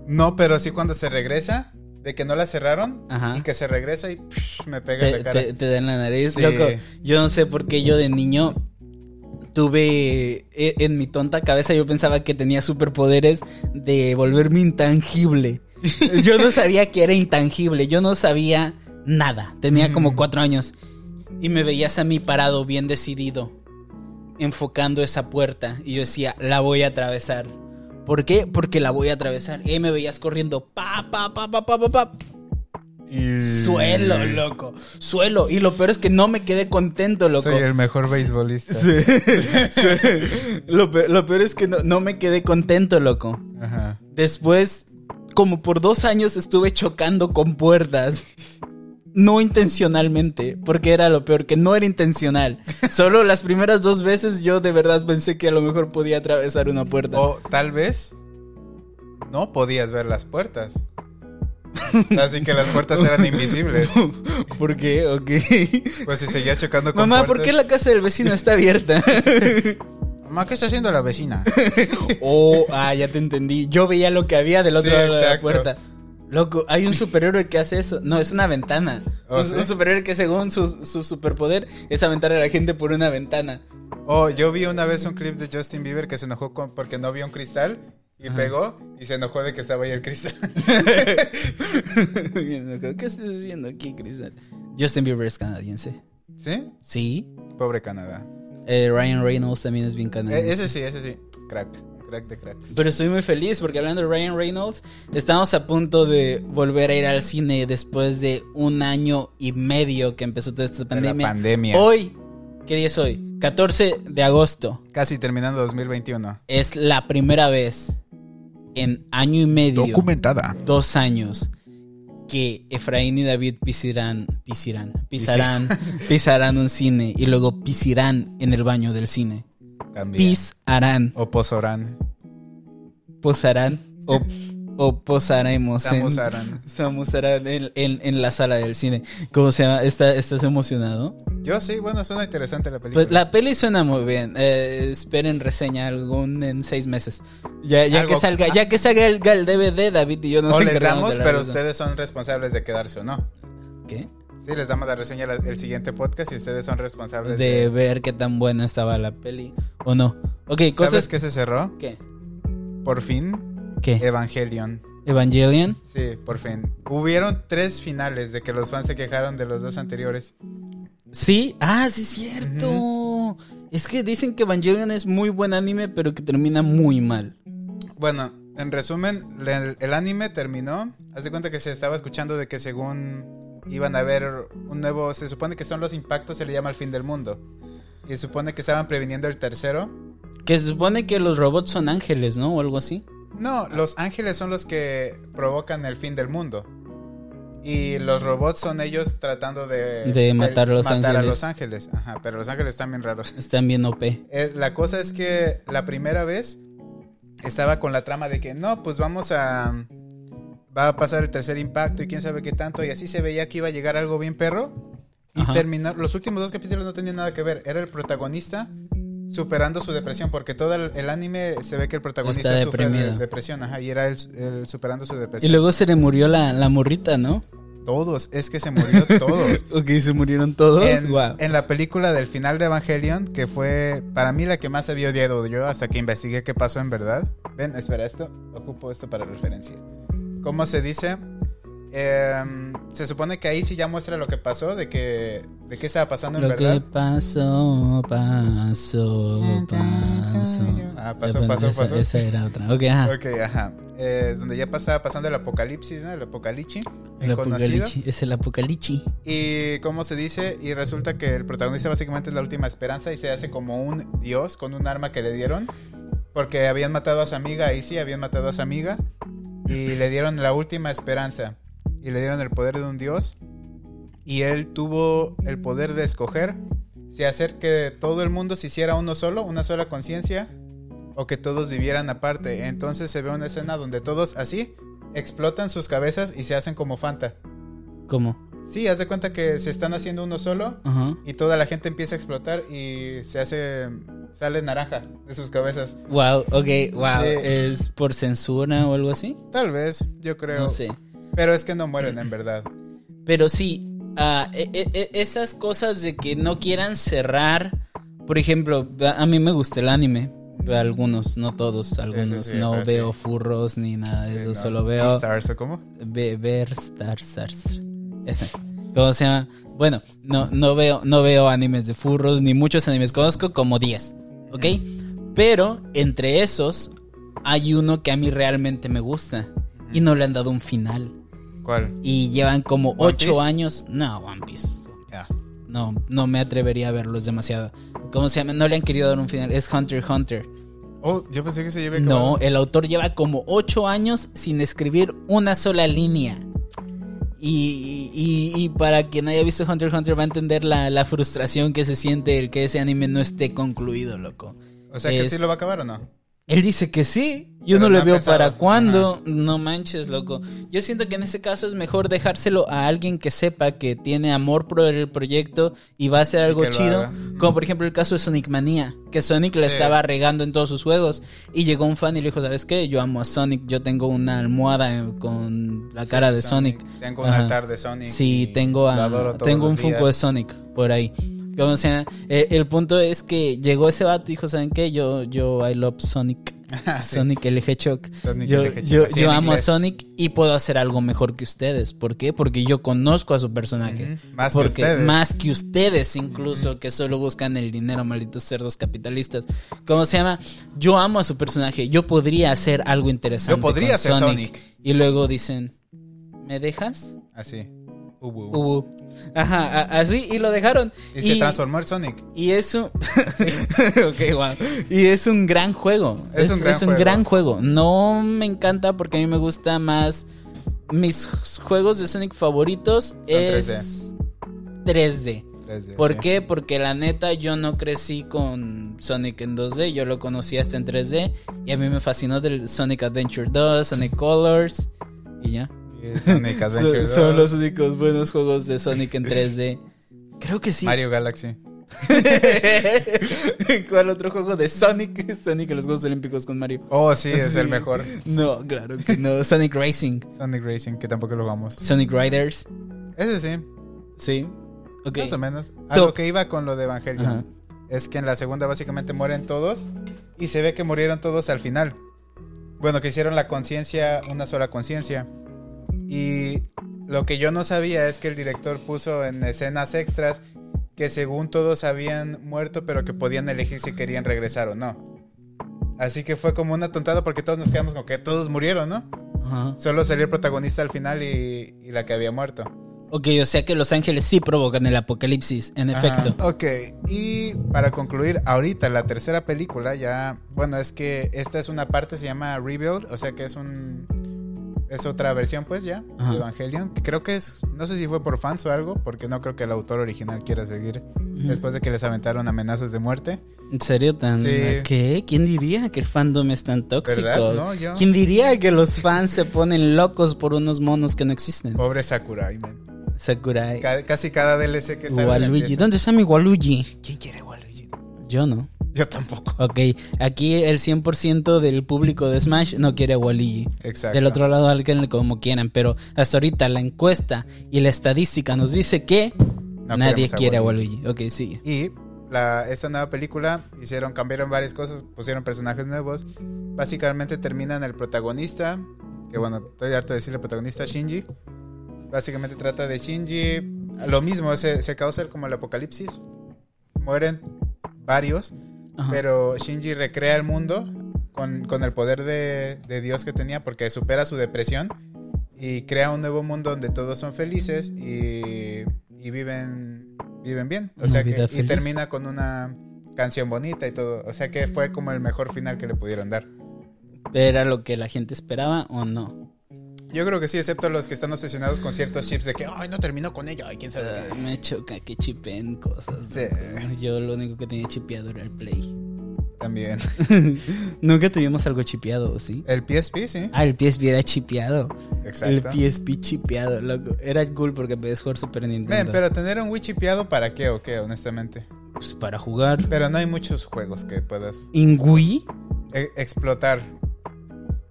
Speaker 2: No, pero sí cuando se regresa, de que no la cerraron
Speaker 1: Ajá.
Speaker 2: y que se regresa y psh, me pega en
Speaker 1: Te,
Speaker 2: la cara.
Speaker 1: te- te dan la nariz.
Speaker 2: Sí.
Speaker 1: Loco, yo no sé por qué yo de niño tuve e- en mi tonta cabeza yo pensaba que tenía superpoderes de volverme
Speaker 2: *laughs*
Speaker 1: intangible. Yo no sabía que era intangible, yo no sabía nada. Tenía como
Speaker 2: Mm.
Speaker 1: cuatro años y me veías a mí parado, bien decidido, enfocando esa puerta y yo decía, la voy a atravesar. ¿Por qué? Porque la voy a atravesar. Y ahí me veías corriendo, pa, pa, pa, pa, pa, pa, pa,
Speaker 2: Y-
Speaker 1: Suelo, loco. Suelo. Y lo peor es que no me quedé contento, loco. *laughs*
Speaker 2: Soy el mejor beisbolista.
Speaker 1: Sí. Sí. Lo, pe- lo peor es que no, no me quedé contento, loco.
Speaker 2: Ajá.
Speaker 1: Después, como por dos años estuve chocando con puertas. No intencionalmente, porque era lo peor, que no era intencional. Solo las primeras dos veces yo de verdad pensé que a lo mejor podía atravesar una puerta.
Speaker 2: O tal vez no podías ver las puertas. Así que las puertas eran invisibles.
Speaker 1: ¿Por qué? Ok.
Speaker 2: Pues si seguías chocando con
Speaker 1: Mamá, ¿por
Speaker 2: puertas-
Speaker 1: qué la casa del vecino está abierta?
Speaker 2: Mamá, ¿qué está haciendo
Speaker 1: *laughs*
Speaker 2: la vecina?
Speaker 1: Oh, *laughs* ah, ya te entendí. Yo veía lo que había del otro
Speaker 2: Sí,
Speaker 1: lado de la
Speaker 2: exacto.
Speaker 1: puerta. Loco, hay un superhéroe que hace eso. No, es una ventana.
Speaker 2: Oh,
Speaker 1: un,
Speaker 2: ¿sí?
Speaker 1: un superhéroe que según su, su superpoder es aventar a la gente por una ventana. *laughs*
Speaker 2: Oh, yo vi una vez un clip de Justin Bieber que se enojó con- porque no vio un cristal y pegó y se enojó de que estaba ahí
Speaker 1: *laughs*
Speaker 2: el cristal.
Speaker 1: Bien, loco, ¿Qué estás haciendo aquí, Cristal? Justin Bieber es canadiense.
Speaker 2: ¿Sí?
Speaker 1: Sí.
Speaker 2: Pobre Canadá.
Speaker 1: Eh, Ryan Reynolds también es bien
Speaker 2: E-
Speaker 1: canadiense.
Speaker 2: ese sí, ese sí. Crack. Crack de crack.
Speaker 1: Pero estoy muy feliz porque hablando de Ryan Reynolds, estamos a punto de volver a ir al cine después de un año y medio que empezó toda esta
Speaker 2: De la
Speaker 1: pandemia.
Speaker 2: pandemia.
Speaker 1: Hoy, ¿qué día es hoy? 14 de agosto.
Speaker 2: Casi terminando 2021.
Speaker 1: Es la primera vez en año y medio,
Speaker 2: Documentada.
Speaker 1: dos años, que Efraín y David pisirán, pisirán, pisarán, pisarán un cine y luego pisirán en el baño del cine.
Speaker 2: También.
Speaker 1: Pisarán,
Speaker 2: O posorán.
Speaker 1: posarán o o posaremos en,
Speaker 2: Samus Aran.
Speaker 1: Samus Aran en, en- en la sala del cine. ¿Cómo se llama? ¿Está- ¿Estás emocionado?
Speaker 2: Yo sí, bueno, suena interesante la película.
Speaker 1: Pues la peli suena muy bien. Eh, esperen reseña algún en seis meses. Ya, ya
Speaker 2: Algo-
Speaker 1: que salga, ya que salga el, el DVD, David y yo nos
Speaker 2: o les
Speaker 1: encargamos
Speaker 2: damos,
Speaker 1: de la
Speaker 2: pero
Speaker 1: reseña.
Speaker 2: ustedes son responsables de quedarse o no.
Speaker 1: ¿Qué?
Speaker 2: Sí, les damos la reseña la- el siguiente podcast y ustedes son responsables de...
Speaker 1: De ver qué tan buena estaba la peli o no. Ok,
Speaker 2: ¿Sabes
Speaker 1: cosas
Speaker 2: qué Eh, se cerró?
Speaker 1: ¿Qué?
Speaker 2: Por fin,
Speaker 1: ¿Qué?
Speaker 2: Evangelion.
Speaker 1: Evangelion.
Speaker 2: Sí, por fin. Hubieron tres finales de que los fans se quejaron de los dos anteriores.
Speaker 1: Sí, ah, sí es cierto. Es que dicen que Evangelion es muy buen anime, pero que termina muy mal.
Speaker 2: Bueno, en resumen, le- el anime terminó. Haz de cuenta que se estaba escuchando de que según iban a haber un nuevo... Se supone que son los impactos, se le llama el fin del mundo. Y se supone que estaban previniendo el tercero.
Speaker 1: Que se supone que los robots son ángeles, ¿no? O algo así.
Speaker 2: No, los ángeles son los que provocan el fin del mundo. Y los robots son ellos tratando de,
Speaker 1: De matar a los
Speaker 2: matar a
Speaker 1: ángeles.
Speaker 2: los ángeles. Ajá, pero los ángeles están bien raros.
Speaker 1: Están bien OP.
Speaker 2: Eh, La cosa es que la primera vez estaba con la trama de que no, pues vamos a. Va a pasar el tercer impacto y quién sabe qué tanto. Y así se veía que iba a llegar algo bien perro. Y
Speaker 1: Ajá.
Speaker 2: terminó. Los últimos dos capítulos no tenían nada que ver. Era el protagonista superando su depresión. Porque todo el, el anime se ve que el protagonista
Speaker 1: Está
Speaker 2: sufre de
Speaker 1: deprimido.
Speaker 2: depresión. Ajá, y era él él superando su
Speaker 1: Y
Speaker 2: depresión.
Speaker 1: luego se le murió la, la morrita, ¿no?
Speaker 2: Todos, es que se murió todos.
Speaker 1: *laughs* Ok, se murieron todos.
Speaker 2: en,
Speaker 1: Guau.
Speaker 2: en la película del final de Evangelion, que fue para mí la que más había odiado yo hasta que investigué qué pasó en verdad. Ven, espera esto, ocupo esto para referencia. ¿Cómo se dice? Em, se supone que ahí sí ya muestra lo que pasó, de que de qué estaba pasando
Speaker 1: Lo
Speaker 2: en verdad.
Speaker 1: que pasó, pasó, pasó.
Speaker 2: Ah, pasó, pasó,
Speaker 1: esa,
Speaker 2: pasó.
Speaker 1: Esa era otra. Ok, ajá.
Speaker 2: Ok, ajá. Eh, donde ya estaba pasando el apocalipsis, ¿no? El apocalipsis.
Speaker 1: El apocalipsis. Es el apocalipsis.
Speaker 2: Y cómo se dice, y resulta que el protagonista básicamente es la última esperanza y se hace como un dios con un arma que le dieron. Porque habían matado a su amiga, ahí sí, habían matado a su amiga. Y le dieron la última esperanza. Y le dieron el poder de un dios. Y él tuvo el poder de escoger si hacer que todo el mundo se hiciera uno solo, una sola conciencia, o que todos vivieran aparte. Entonces se ve una escena donde todos así explotan sus cabezas y se hacen como Fanta.
Speaker 1: ¿Cómo?
Speaker 2: Sí, haz de cuenta que se están haciendo uno solo
Speaker 1: Ajá.
Speaker 2: y toda la gente empieza a explotar y se hace sale naranja de sus cabezas.
Speaker 1: Wow, ok, wow.
Speaker 2: Sí.
Speaker 1: ¿Es por censura o algo así?
Speaker 2: Tal vez, yo creo.
Speaker 1: No sé.
Speaker 2: Pero es que no mueren en verdad.
Speaker 1: Pero sí, ah, e- e- e- esas cosas de que no quieran cerrar. Por ejemplo, a a mí me gusta el anime. Algunos, no todos, algunos.
Speaker 2: sí,
Speaker 1: no
Speaker 2: pero sí.
Speaker 1: veo furros ni nada de *laughs* eso,
Speaker 2: Eh, no.
Speaker 1: solo veo.
Speaker 2: Beastars, ¿o cómo?
Speaker 1: Be- ver Star Stars. Ese. ¿Cómo se llama? Bueno, no, no, veo, no veo animes de furros, ni muchos animes. Conozco como 10, ¿ok? Pero entre esos hay uno que a mí realmente me gusta. Y no le han dado un final.
Speaker 2: ¿Cuál?
Speaker 1: Y llevan como
Speaker 2: ¿One
Speaker 1: 8
Speaker 2: Piece?
Speaker 1: años. No, One Piece.
Speaker 2: Ah.
Speaker 1: No, no me atrevería a verlos demasiado. ¿Cómo se llama? No le han querido dar un final. Es Hunter x Hunter.
Speaker 2: Oh, yo pensé que se lleve
Speaker 1: No, el autor lleva como ocho años sin escribir una sola línea. Y, y- y para quien haya visto Hunter x Hunter va a entender la, la frustración que se siente el que ese anime no esté concluido, loco.
Speaker 2: O sea que
Speaker 1: es-
Speaker 2: sí lo va a acabar o no.
Speaker 1: Él dice que sí, yo
Speaker 2: Pero
Speaker 1: no
Speaker 2: no
Speaker 1: le
Speaker 2: ha
Speaker 1: veo
Speaker 2: empezado.
Speaker 1: para cuándo, no manches, loco. Yo siento que en ese caso es mejor dejárselo a alguien que sepa que tiene amor por el proyecto y va a hacer algo
Speaker 2: que lo
Speaker 1: chido,
Speaker 2: haga.
Speaker 1: como por ejemplo el caso de Sonic Manía, que Sonic la
Speaker 2: Sí.
Speaker 1: estaba regando en todos sus juegos y llegó un fan y le dijo, "¿Sabes qué? Yo amo a Sonic, yo tengo una almohada eh, con la cara de Sonic."
Speaker 2: Tengo un
Speaker 1: Ajá.
Speaker 2: altar de Sonic.
Speaker 1: Sí,
Speaker 2: y
Speaker 1: tengo, a-
Speaker 2: lo adoro todos
Speaker 1: tengo
Speaker 2: los
Speaker 1: un Funko de
Speaker 2: días.
Speaker 1: Sonic por ahí. Como sea, eh, el punto es que llegó ese vato y dijo, ¿saben qué? Yo, yo I love Sonic.
Speaker 2: *laughs* Ah, sí.
Speaker 1: Sonic el Hedgehog.
Speaker 2: Sonic
Speaker 1: yo
Speaker 2: el Hedgehog.
Speaker 1: yo-
Speaker 2: Sí,
Speaker 1: yo
Speaker 2: en
Speaker 1: amo a
Speaker 2: inglés.
Speaker 1: Sonic y puedo hacer algo mejor que ustedes. ¿Por qué? Porque yo conozco a su personaje.
Speaker 2: Ujú, Más que
Speaker 1: Porque
Speaker 2: ustedes.
Speaker 1: más que ustedes, incluso que solo buscan el dinero, malditos cerdos capitalistas. ¿Cómo se llama? Yo amo a su personaje. Yo podría hacer algo interesante.
Speaker 2: Yo podría
Speaker 1: con
Speaker 2: ser Sonic.
Speaker 1: Y luego dicen, ¿me dejas?
Speaker 2: Así. Ubu.
Speaker 1: Hubo. Ajá, a- así Uh, y lo dejaron.
Speaker 2: Uh, Y, se transformó en Sonic.
Speaker 1: y es un *laughs* Ok, guau. Y es un gran juego.
Speaker 2: Es un gran juego.
Speaker 1: gran juego. No me encanta porque a mí me gusta más mis juegos de Sonic favoritos es 3D.
Speaker 2: 3D,
Speaker 1: ¿Por
Speaker 2: sí.
Speaker 1: qué? Porque la neta yo no crecí con Sonic en 2D, yo lo conocí hasta en 3D y a mí me fascinó del Sonic Adventure 2, Sonic Colors y ya.
Speaker 2: Y
Speaker 1: *laughs*
Speaker 2: Sonic Adventure
Speaker 1: Son, son
Speaker 2: 2,
Speaker 1: los únicos buenos juegos de Sonic en 3D. Creo que sí.
Speaker 2: Mario Galaxy.
Speaker 1: *laughs* ¿Cuál otro juego de Sonic? *laughs* Sonic en los Juegos Olímpicos con Mario.
Speaker 2: Oh, sí, es el
Speaker 1: Sí.
Speaker 2: mejor.
Speaker 1: No, claro que *laughs* no. Sonic Racing,
Speaker 2: Sonic Racing, que tampoco lo vamos.
Speaker 1: Sonic Riders.
Speaker 2: Ese sí,
Speaker 1: Sí. Ok.
Speaker 2: más o menos. A
Speaker 1: Top.
Speaker 2: lo que iba con lo de Evangelion
Speaker 1: Ajá.
Speaker 2: es que en la segunda básicamente mueren todos y se ve que murieron todos al final. Bueno, que hicieron la conciencia, una sola conciencia. Y lo que yo no sabía es que el director puso en escenas extras que según todos habían muerto, pero que podían elegir si querían regresar o no. Así que fue como una tontada porque todos nos quedamos con que todos murieron, ¿no?
Speaker 1: Ajá.
Speaker 2: Solo salió el protagonista al final y, y la que había muerto.
Speaker 1: Ok, o sea que los ángeles sí provocan el apocalipsis, en efecto.
Speaker 2: Ajá, Ok, y para concluir, ahorita la tercera película ya, bueno, es que esta es una parte, se llama Rebuild, o sea que es un... Es otra versión pues ya,
Speaker 1: Ajá.
Speaker 2: de Evangelion, que creo que es, no sé si fue por fans o algo, porque no creo que el autor original quiera seguir
Speaker 1: Ujú.
Speaker 2: después de que les aventaron amenazas de muerte.
Speaker 1: ¿En serio tan?
Speaker 2: Sí.
Speaker 1: ¿Qué? ¿Quién diría que el fandom es tan tóxico?
Speaker 2: ¿Verdad? No, yo-
Speaker 1: ¿Quién diría que los fans se ponen locos por unos monos que no existen?
Speaker 2: Pobre Sakurai, man.
Speaker 1: Sakurai,
Speaker 2: Ca- casi cada DLC que sale... la
Speaker 1: Waluigi.
Speaker 2: empieza-
Speaker 1: ¿Dónde está mi Waluigi?
Speaker 2: ¿Quién quiere Waluigi?
Speaker 1: Yo no.
Speaker 2: Yo tampoco.
Speaker 1: Ok, aquí el 100% del público de Smash no quiere a Waluigi.
Speaker 2: Exacto.
Speaker 1: Del otro lado, háganle como quieran, pero hasta ahorita la encuesta y la estadística nos dice que
Speaker 2: No
Speaker 1: nadie
Speaker 2: queremos a
Speaker 1: quiere a
Speaker 2: Waluigi.
Speaker 1: Waluigi. Ok, sigue.
Speaker 2: Y la, esta nueva película hicieron, cambiaron varias cosas, pusieron personajes nuevos. Básicamente terminan el protagonista, que bueno, estoy harto de decirle protagonista, Shinji. Básicamente trata de Shinji. Lo mismo, se, se causa como el apocalipsis. Mueren varios,
Speaker 1: Ajá.
Speaker 2: pero Shinji recrea el mundo con, con el poder de, de Dios que tenía porque supera su depresión y crea un nuevo mundo donde todos son felices y, y viven, viven bien. O
Speaker 1: Una
Speaker 2: sea que,
Speaker 1: vida
Speaker 2: y
Speaker 1: feliz.
Speaker 2: termina con una canción bonita y todo. O sea que fue como el mejor final que le pudieron dar.
Speaker 1: ¿Era lo que la gente esperaba o no?
Speaker 2: Yo creo que sí, excepto los que están obsesionados con ciertos chips de que, ay, no terminó con ella, ay, quién sabe
Speaker 1: Ah,
Speaker 2: qué".
Speaker 1: me choca que chipen cosas.
Speaker 2: Sí.
Speaker 1: loco. Yo lo único que tenía chipeado era el Play.
Speaker 2: También. *laughs*
Speaker 1: Nunca tuvimos algo chipeado, ¿sí?
Speaker 2: El PSP, sí.
Speaker 1: Ah, el PSP era chipeado.
Speaker 2: Exacto.
Speaker 1: El PSP chipeado, loco. Era cool porque podías jugar Super Nintendo.
Speaker 2: Men, pero tener un Wii chipeado, ¿para qué o qué, honestamente?
Speaker 1: Pues para jugar.
Speaker 2: Pero no hay muchos juegos que puedas
Speaker 1: ¿En Wii?
Speaker 2: e- explotar.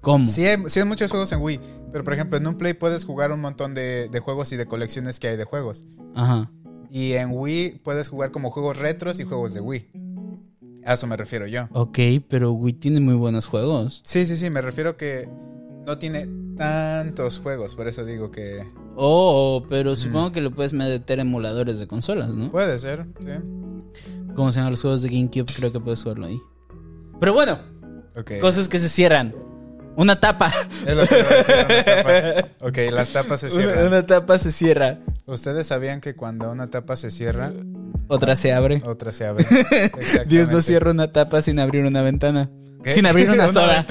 Speaker 1: ¿Cómo?
Speaker 2: Sí hay, sí hay muchos juegos en Wii, pero por ejemplo en un Play puedes jugar un montón de, de juegos y de colecciones que hay de juegos.
Speaker 1: Ajá.
Speaker 2: Y en Wii puedes jugar como juegos retros y juegos de Wii. A eso me refiero yo.
Speaker 1: Ok, pero Wii tiene muy buenos juegos.
Speaker 2: Sí, sí, sí, me refiero que no tiene tantos juegos, por eso digo que
Speaker 1: Oh, pero
Speaker 2: Mm.
Speaker 1: supongo que lo puedes meter emuladores de consolas, ¿no?
Speaker 2: puede ser, sí.
Speaker 1: Como se llaman los juegos de GameCube, creo que puedes jugarlo ahí. Pero bueno,
Speaker 2: Ok.
Speaker 1: cosas que se cierran. Una tapa.
Speaker 2: Es lo que iba a decir,
Speaker 1: *laughs*
Speaker 2: una tapa. Ok, las tapas se
Speaker 1: Una,
Speaker 2: cierran.
Speaker 1: una tapa se cierra,
Speaker 2: ¿Ustedes sabían que cuando una tapa se cierra,
Speaker 1: otra se abre.
Speaker 2: otra se
Speaker 1: *laughs*
Speaker 2: abre?
Speaker 1: Dios no
Speaker 2: Exactamente.
Speaker 1: cierra una tapa sin abrir una ventana.
Speaker 2: ¿Qué?
Speaker 1: Sin abrir una,
Speaker 2: *laughs* Una
Speaker 1: sola.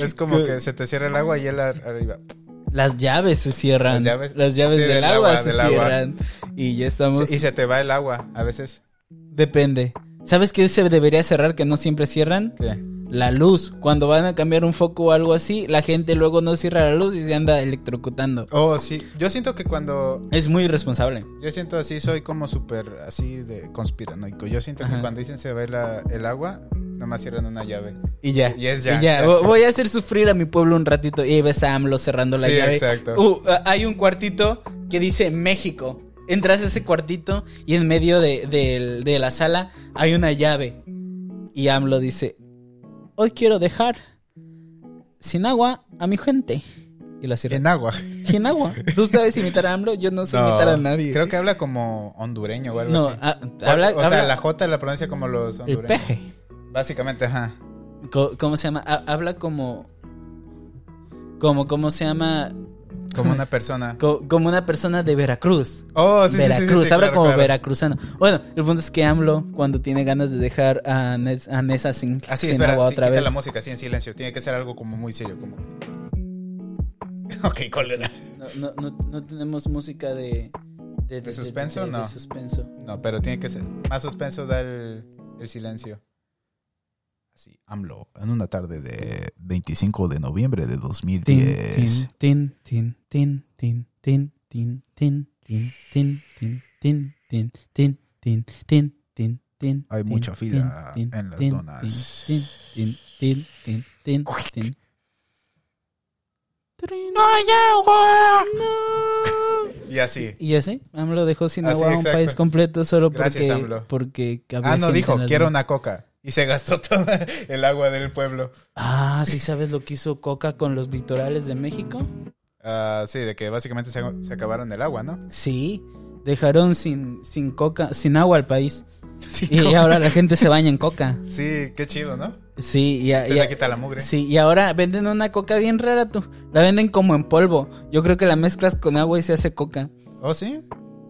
Speaker 2: Es como que se te cierra el agua y él ar- arriba.
Speaker 1: *laughs* Las llaves se cierran. Las llaves,
Speaker 2: Las llaves- sí,
Speaker 1: del,
Speaker 2: del
Speaker 1: agua,
Speaker 2: agua,
Speaker 1: se
Speaker 2: del agua.
Speaker 1: cierran. Y ya estamos.
Speaker 2: Y se te va el agua a veces.
Speaker 1: Depende. ¿Sabes qué se debería cerrar que no siempre cierran?
Speaker 2: ¿Qué?
Speaker 1: La luz. Cuando van a cambiar un foco o algo así, la gente luego no cierra la luz y se anda electrocutando.
Speaker 2: Oh, sí. Yo siento que cuando.
Speaker 1: Es muy irresponsable.
Speaker 2: Yo siento así, soy como súper así de conspiranoico. Yo siento
Speaker 1: Ajá.
Speaker 2: que cuando dicen se va el, a- el agua, nomás cierran una llave.
Speaker 1: Y ya.
Speaker 2: Y es ya. *laughs* Ya.
Speaker 1: Vo- Voy a hacer sufrir a mi pueblo un ratito. Y ahí ves a AMLO cerrando la
Speaker 2: Sí,
Speaker 1: llave.
Speaker 2: exacto.
Speaker 1: Uh, ah, hay un cuartito que dice México. Entras a ese cuartito y en medio de, del- de la sala hay una llave. Y AMLO dice: Hoy quiero dejar sin agua a mi gente. Y la cierra. *laughs*
Speaker 2: En agua.
Speaker 1: Sin agua. ¿Tú sabes imitar a AMLO? Yo no sé imitar a nadie.
Speaker 2: Creo que habla como hondureño o algo
Speaker 1: no,
Speaker 2: así.
Speaker 1: ah, habla,
Speaker 2: o sea,
Speaker 1: habla
Speaker 2: la J la pronuncia como los
Speaker 1: el
Speaker 2: hondureños.
Speaker 1: peje.
Speaker 2: Básicamente, ajá.
Speaker 1: Co- ¿Cómo se llama? Ha- habla como. Como, ¿cómo se llama? *laughs*
Speaker 2: Como una persona.
Speaker 1: Co- como una persona de Veracruz.
Speaker 2: Oh, sí, sí, sí, sí, sí,
Speaker 1: Veracruz, habla
Speaker 2: claro,
Speaker 1: como
Speaker 2: claro.
Speaker 1: veracruzano. Bueno, el punto es que AMLO, cuando tiene ganas de dejar a, Nes- a Nessa sin,
Speaker 2: Así,
Speaker 1: sin
Speaker 2: espera,
Speaker 1: agua
Speaker 2: Ah, sí,
Speaker 1: otra
Speaker 2: quita
Speaker 1: vez.
Speaker 2: la música así en silencio. Tiene que ser algo como muy serio, como...
Speaker 1: *laughs*
Speaker 2: Ok, cólera.
Speaker 1: No, no- no- no tenemos música de, De,
Speaker 2: suspenso,
Speaker 1: de-
Speaker 2: no.
Speaker 1: De suspenso.
Speaker 2: No, pero tiene que ser. Más suspenso da el, el silencio.
Speaker 4: Así, AMLO, en una tarde de 25 de noviembre de
Speaker 1: Tin,
Speaker 4: 2010.
Speaker 1: tin, tin, tin, tin, tin, tin, tin, tin, tin, tin, tin, tin, tin, tin, tin, tin, tin,
Speaker 4: Hay
Speaker 1: tin,
Speaker 4: mucha
Speaker 1: tin,
Speaker 4: fila
Speaker 1: tin,
Speaker 4: en las
Speaker 1: tin,
Speaker 4: donas.
Speaker 1: tin, tin, tin, tin, tin, tin. Trin.
Speaker 2: Y así.
Speaker 1: Y así, AMLO dejó sin
Speaker 2: Así,
Speaker 1: agua a un
Speaker 2: exacto.
Speaker 1: país completo solo
Speaker 2: Gracias,
Speaker 1: porque,
Speaker 2: AMLO.
Speaker 1: porque había
Speaker 2: Ah, no,
Speaker 1: gente
Speaker 2: dijo,
Speaker 1: en las
Speaker 2: quiero
Speaker 1: donas".
Speaker 2: una coca. Y se gastó *laughs* toda el agua del pueblo.
Speaker 1: Ah, ¿sí sabes lo que hizo Coca con los litorales de México?
Speaker 2: Ah, sí, de que básicamente se, se acabaron el agua, ¿no? *laughs*
Speaker 1: Sí, dejaron sin, sin coca, sin agua al país.
Speaker 2: Sí,
Speaker 1: Y ahora la gente se baña en coca.
Speaker 2: sí qué chido, ¿no?
Speaker 1: Sí, y, a-
Speaker 2: Te
Speaker 1: y a-
Speaker 2: la quita la mugre.
Speaker 1: sí, y ahora venden una coca bien rara tú. La venden como en polvo. Yo creo que la mezclas con agua y se hace coca.
Speaker 2: ¿Oh, sí?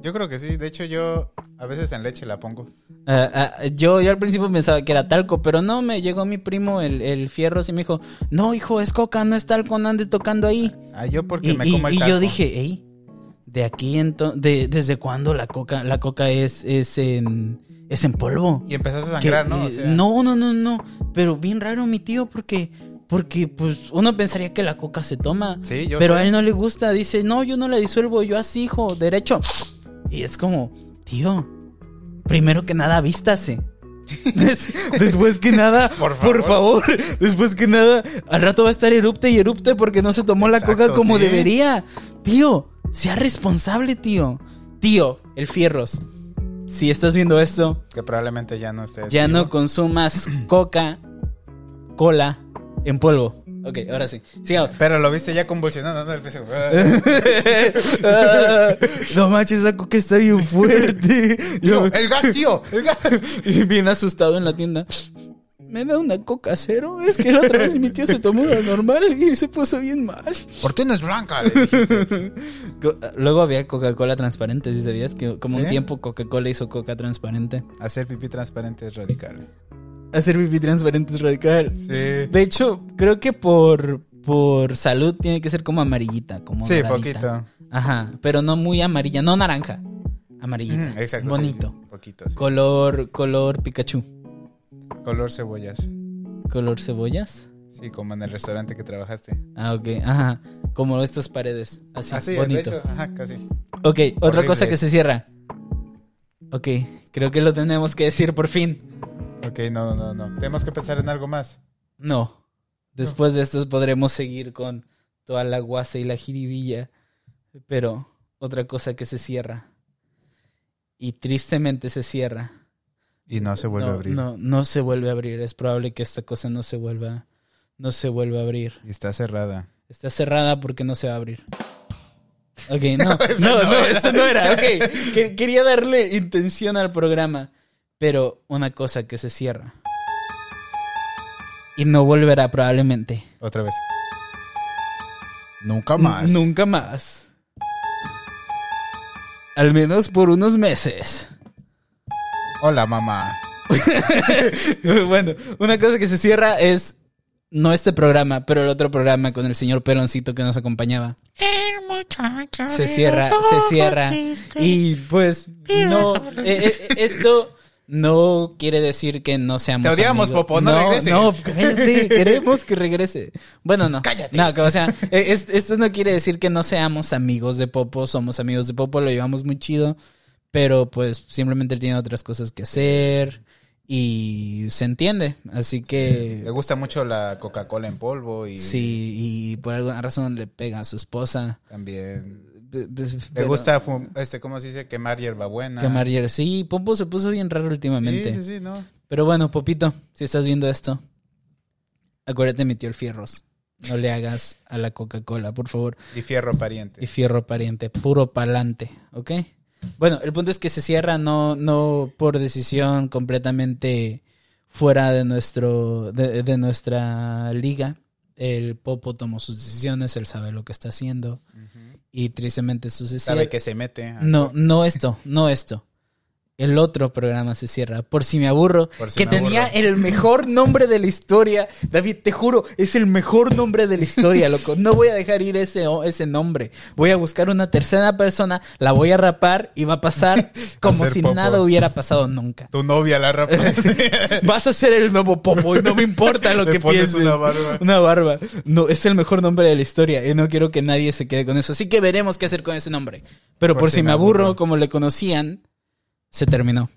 Speaker 2: Yo creo que sí. De hecho, yo a veces en leche la pongo.
Speaker 1: Ah, ah, yo, yo al principio pensaba que era talco, pero no, me llegó mi primo, el, el fierro, y me dijo, no, hijo, es coca, no es talco, no ande tocando ahí.
Speaker 2: Ah, yo porque
Speaker 1: Y,
Speaker 2: me
Speaker 1: y-
Speaker 2: como el
Speaker 1: y yo
Speaker 2: taco.
Speaker 1: dije, ey, de aquí entonces, ¿desde cuándo la coca, la coca es, es, en, es en polvo?
Speaker 2: Y empezaste a
Speaker 1: que,
Speaker 2: sangrar, ¿no?
Speaker 1: eh,
Speaker 2: O sea,
Speaker 1: No, no, no, no. Pero bien raro mi tío porque, porque pues uno pensaría que la coca se toma.
Speaker 2: Sí, yo
Speaker 1: pero
Speaker 2: sé.
Speaker 1: a él no le gusta. Dice, no, yo no la disuelvo, yo así, hijo, derecho. Y es como, tío, primero que nada,
Speaker 2: *laughs*
Speaker 1: vístase. Des- después que nada, por
Speaker 2: Por
Speaker 1: favor.
Speaker 2: favor.
Speaker 1: después que nada, al rato va a estar erupte y erupte porque no se tomó la coca
Speaker 2: Exacto,
Speaker 1: como
Speaker 2: sí.
Speaker 1: debería. Tío, sea responsable, tío. Tío, el fierros. Si estás viendo esto,
Speaker 2: Que probablemente ya no estés.
Speaker 1: ya no *clears throat*
Speaker 2: vivo.
Speaker 1: consumas coca, cola en polvo. Ok, ahora sí. Sigamos.
Speaker 2: Pero lo viste ya convulsionando, ¿no? El
Speaker 1: *laughs*
Speaker 2: pez, "Ah".
Speaker 1: Ah, *laughs* no manches, la coca está bien fuerte.
Speaker 2: Tío,
Speaker 1: Yo,
Speaker 2: ¡El gas, tío! ¡El gas!
Speaker 1: y eh, *laughs* bien asustado en la tienda. ¿Me da una coca cero? Es que la otra vez mi tío se tomó la normal y se puso bien mal.
Speaker 2: ¿Por qué no es blanca?
Speaker 1: *laughs*
Speaker 2: Le dijiste.
Speaker 1: Co- Luego había Coca-Cola transparente, si sabías que como un
Speaker 2: ¿Sí?
Speaker 1: tiempo Coca-Cola hizo coca transparente.
Speaker 2: Hacer pipí transparente es radical.
Speaker 1: Hacer pipí transparente es radical.
Speaker 2: Sí.
Speaker 1: De hecho, creo que por, por salud tiene que ser como amarillita, como
Speaker 2: Sí,
Speaker 1: doradita.
Speaker 2: poquito.
Speaker 1: Ajá, pero no muy amarilla, no naranja. Amarillita.
Speaker 2: Ujú, Exacto. sí,
Speaker 1: Bonito.
Speaker 2: sí, Poquito, sí.
Speaker 1: Color, color Pikachu.
Speaker 2: Color cebollas.
Speaker 1: Color cebollas.
Speaker 2: Sí, como en el restaurante que trabajaste.
Speaker 1: Ah, ok, ajá. Como estas paredes. Así,
Speaker 2: Así, de
Speaker 1: bonito.
Speaker 2: hecho, ajá, casi.
Speaker 1: Ok, otra
Speaker 2: Horrible
Speaker 1: cosa que
Speaker 2: es.
Speaker 1: se cierra. Ok, creo que lo tenemos que decir por fin.
Speaker 2: Ok, no, no, no, no. Tenemos que pensar en algo más.
Speaker 1: No. Después de esto podremos seguir con toda la guasa y la jiribilla. Pero otra cosa que se cierra. Y tristemente se cierra.
Speaker 2: Y no se vuelve
Speaker 1: no,
Speaker 2: a abrir.
Speaker 1: No, no se vuelve a abrir. Es probable que esta cosa no se vuelva, no se vuelva a abrir.
Speaker 2: Y está cerrada.
Speaker 1: Está cerrada porque no se va a abrir. *laughs* Ok, no, no, no, esto no era. Ok, Que- quería darle intención al programa, pero una cosa que se cierra. Y no volverá probablemente.
Speaker 2: Otra vez.
Speaker 4: Nunca más.
Speaker 1: N- Nunca más. Al menos por unos meses. *laughs*
Speaker 2: Hola, mamá.
Speaker 1: bueno, una cosa que se cierra es no este programa, pero el otro programa con el señor Peloncito que nos acompañaba.
Speaker 5: El muchacho
Speaker 1: Se
Speaker 5: de
Speaker 1: cierra,
Speaker 5: los
Speaker 1: se
Speaker 5: ojos
Speaker 1: cierra.
Speaker 5: tristes.
Speaker 1: Y pues no,
Speaker 5: Dios.
Speaker 1: eh, eh, esto no quiere decir que no seamos
Speaker 2: Te odiamos,
Speaker 1: amigos.
Speaker 2: Popo, no regrese.
Speaker 1: No, cállate, queremos que regrese. Bueno, no. Cállate. No, que, o sea, eh, es- esto no quiere decir que no seamos amigos de Popo, somos amigos de Popo, lo llevamos muy chido, pero pues simplemente él tiene otras cosas que hacer y se entiende, así que
Speaker 2: Le gusta mucho la Coca-Cola en polvo y
Speaker 1: sí, y por alguna razón le pega a su esposa.
Speaker 2: también
Speaker 1: P- pues,
Speaker 2: le
Speaker 1: pero-
Speaker 2: gusta fum- este cómo se dice quemar hierbabuena.
Speaker 1: Que Marger- sí, Popo se puso bien raro últimamente.
Speaker 2: Sí, sí, sí, no.
Speaker 1: Pero bueno, Popito, si estás viendo esto, acuérdate, mi tío el Fierros. No le hagas a la Coca-Cola, por favor.
Speaker 2: Y fierro pariente.
Speaker 1: Y fierro pariente, puro palante, ¿ok? Bueno, el punto es que se cierra no, no por decisión completamente fuera de, nuestro, de, de nuestra liga. El Popo tomó sus decisiones, él sabe lo que está haciendo
Speaker 2: Ujú.
Speaker 1: y tristemente sus
Speaker 2: Ah, Sabe que se mete.
Speaker 1: no, no esto, no esto. el otro programa se cierra. Por si me aburro.
Speaker 2: Por si
Speaker 1: que
Speaker 2: me
Speaker 1: tenía
Speaker 2: aburro.
Speaker 1: el mejor nombre de la historia. David, te juro, es el mejor nombre de la historia, loco. No voy a dejar ir ese, ese nombre. Voy a buscar una tercera persona, la voy a rapar y va a
Speaker 2: *laughs*
Speaker 1: pasar como
Speaker 2: Hacer
Speaker 1: si
Speaker 2: popo.
Speaker 1: nada hubiera pasado nunca.
Speaker 2: Tu novia
Speaker 1: *laughs*
Speaker 2: la rapa.
Speaker 1: Vas a ser el nuevo Popo y no me importa
Speaker 2: *laughs*
Speaker 1: lo
Speaker 2: Le
Speaker 1: que
Speaker 2: pones
Speaker 1: pienses.
Speaker 2: una barba.
Speaker 1: Una barba. No, es el mejor nombre de la historia y no quiero que nadie se quede con eso. Así que veremos qué hacer con ese nombre. Pero por, si, me aburro, como le conocían, se terminó.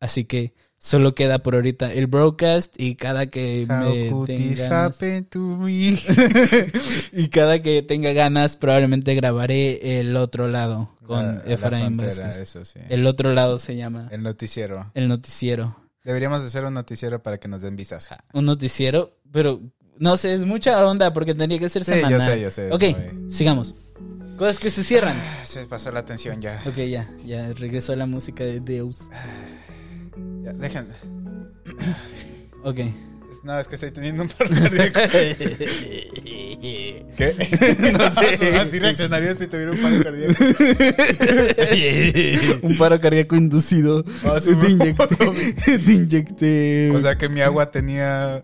Speaker 1: Así que solo queda por ahorita el broadcast y cada *laughs* que me
Speaker 2: How could this
Speaker 1: tenga ganas-
Speaker 2: happen to me?
Speaker 1: y cada que tenga ganas probablemente grabaré el otro lado *laughs* con
Speaker 2: La- la
Speaker 1: Efraín
Speaker 2: frontera,
Speaker 1: Vázquez.
Speaker 2: Eso sí. El,
Speaker 1: El otro lado se llama
Speaker 2: noticiero.
Speaker 1: el noticiero.
Speaker 2: Deberíamos hacer un noticiero para que nos den vistas. Ja.
Speaker 1: un noticiero, pero no sé, es mucha onda porque tendría que ser
Speaker 2: Sí,
Speaker 1: semanal.
Speaker 2: yo sé, yo sé, es
Speaker 1: Ok,
Speaker 2: muy-
Speaker 1: sigamos. Cosas que se cierran.
Speaker 2: Ah, Se pasó la atención ya.
Speaker 1: Ok, ya, ya regresó la música de Deus.
Speaker 2: Ya, dejen. *laughs*
Speaker 1: Ok.
Speaker 2: No, es que estoy teniendo un par cardíaco.
Speaker 1: *laughs*
Speaker 2: ¿Qué? *laughs* No sé. Así reaccionaría si tuviera un
Speaker 1: *laughs*
Speaker 2: paro cardíaco.
Speaker 1: Un paro cardíaco inducido.
Speaker 2: Ah, sí,
Speaker 1: te,
Speaker 2: me-
Speaker 1: inyecté, te inyecté
Speaker 2: O sea que mi agua tenía,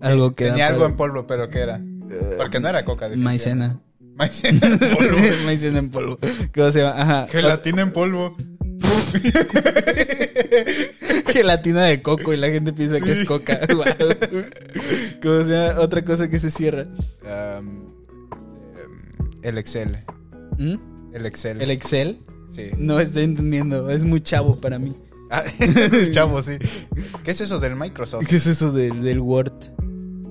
Speaker 1: algo que da
Speaker 2: tenía algo
Speaker 1: para-
Speaker 2: en polvo, pero ¿qué era? Porque no era coca. definitivamente.
Speaker 1: maicena.
Speaker 2: *laughs* Maicena en polvo.
Speaker 1: *laughs* maicena en polvo. ¿Cómo se llama? Ajá.
Speaker 2: *laughs* Gelatina en polvo.
Speaker 1: Gelatina de coco y la gente piensa que es coca. *laughs* Guau. ¿Cómo se llama? Otra cosa que se cierra.
Speaker 2: Um, um, el Excel.
Speaker 1: ¿Mm?
Speaker 2: El Excel.
Speaker 1: ¿El Excel?
Speaker 2: sí.
Speaker 1: No estoy entendiendo, es muy chavo para mí.
Speaker 2: Ah, *laughs* chavo, sí. ¿Qué es eso del Microsoft?
Speaker 1: *laughs* ¿Qué es eso del, del Word?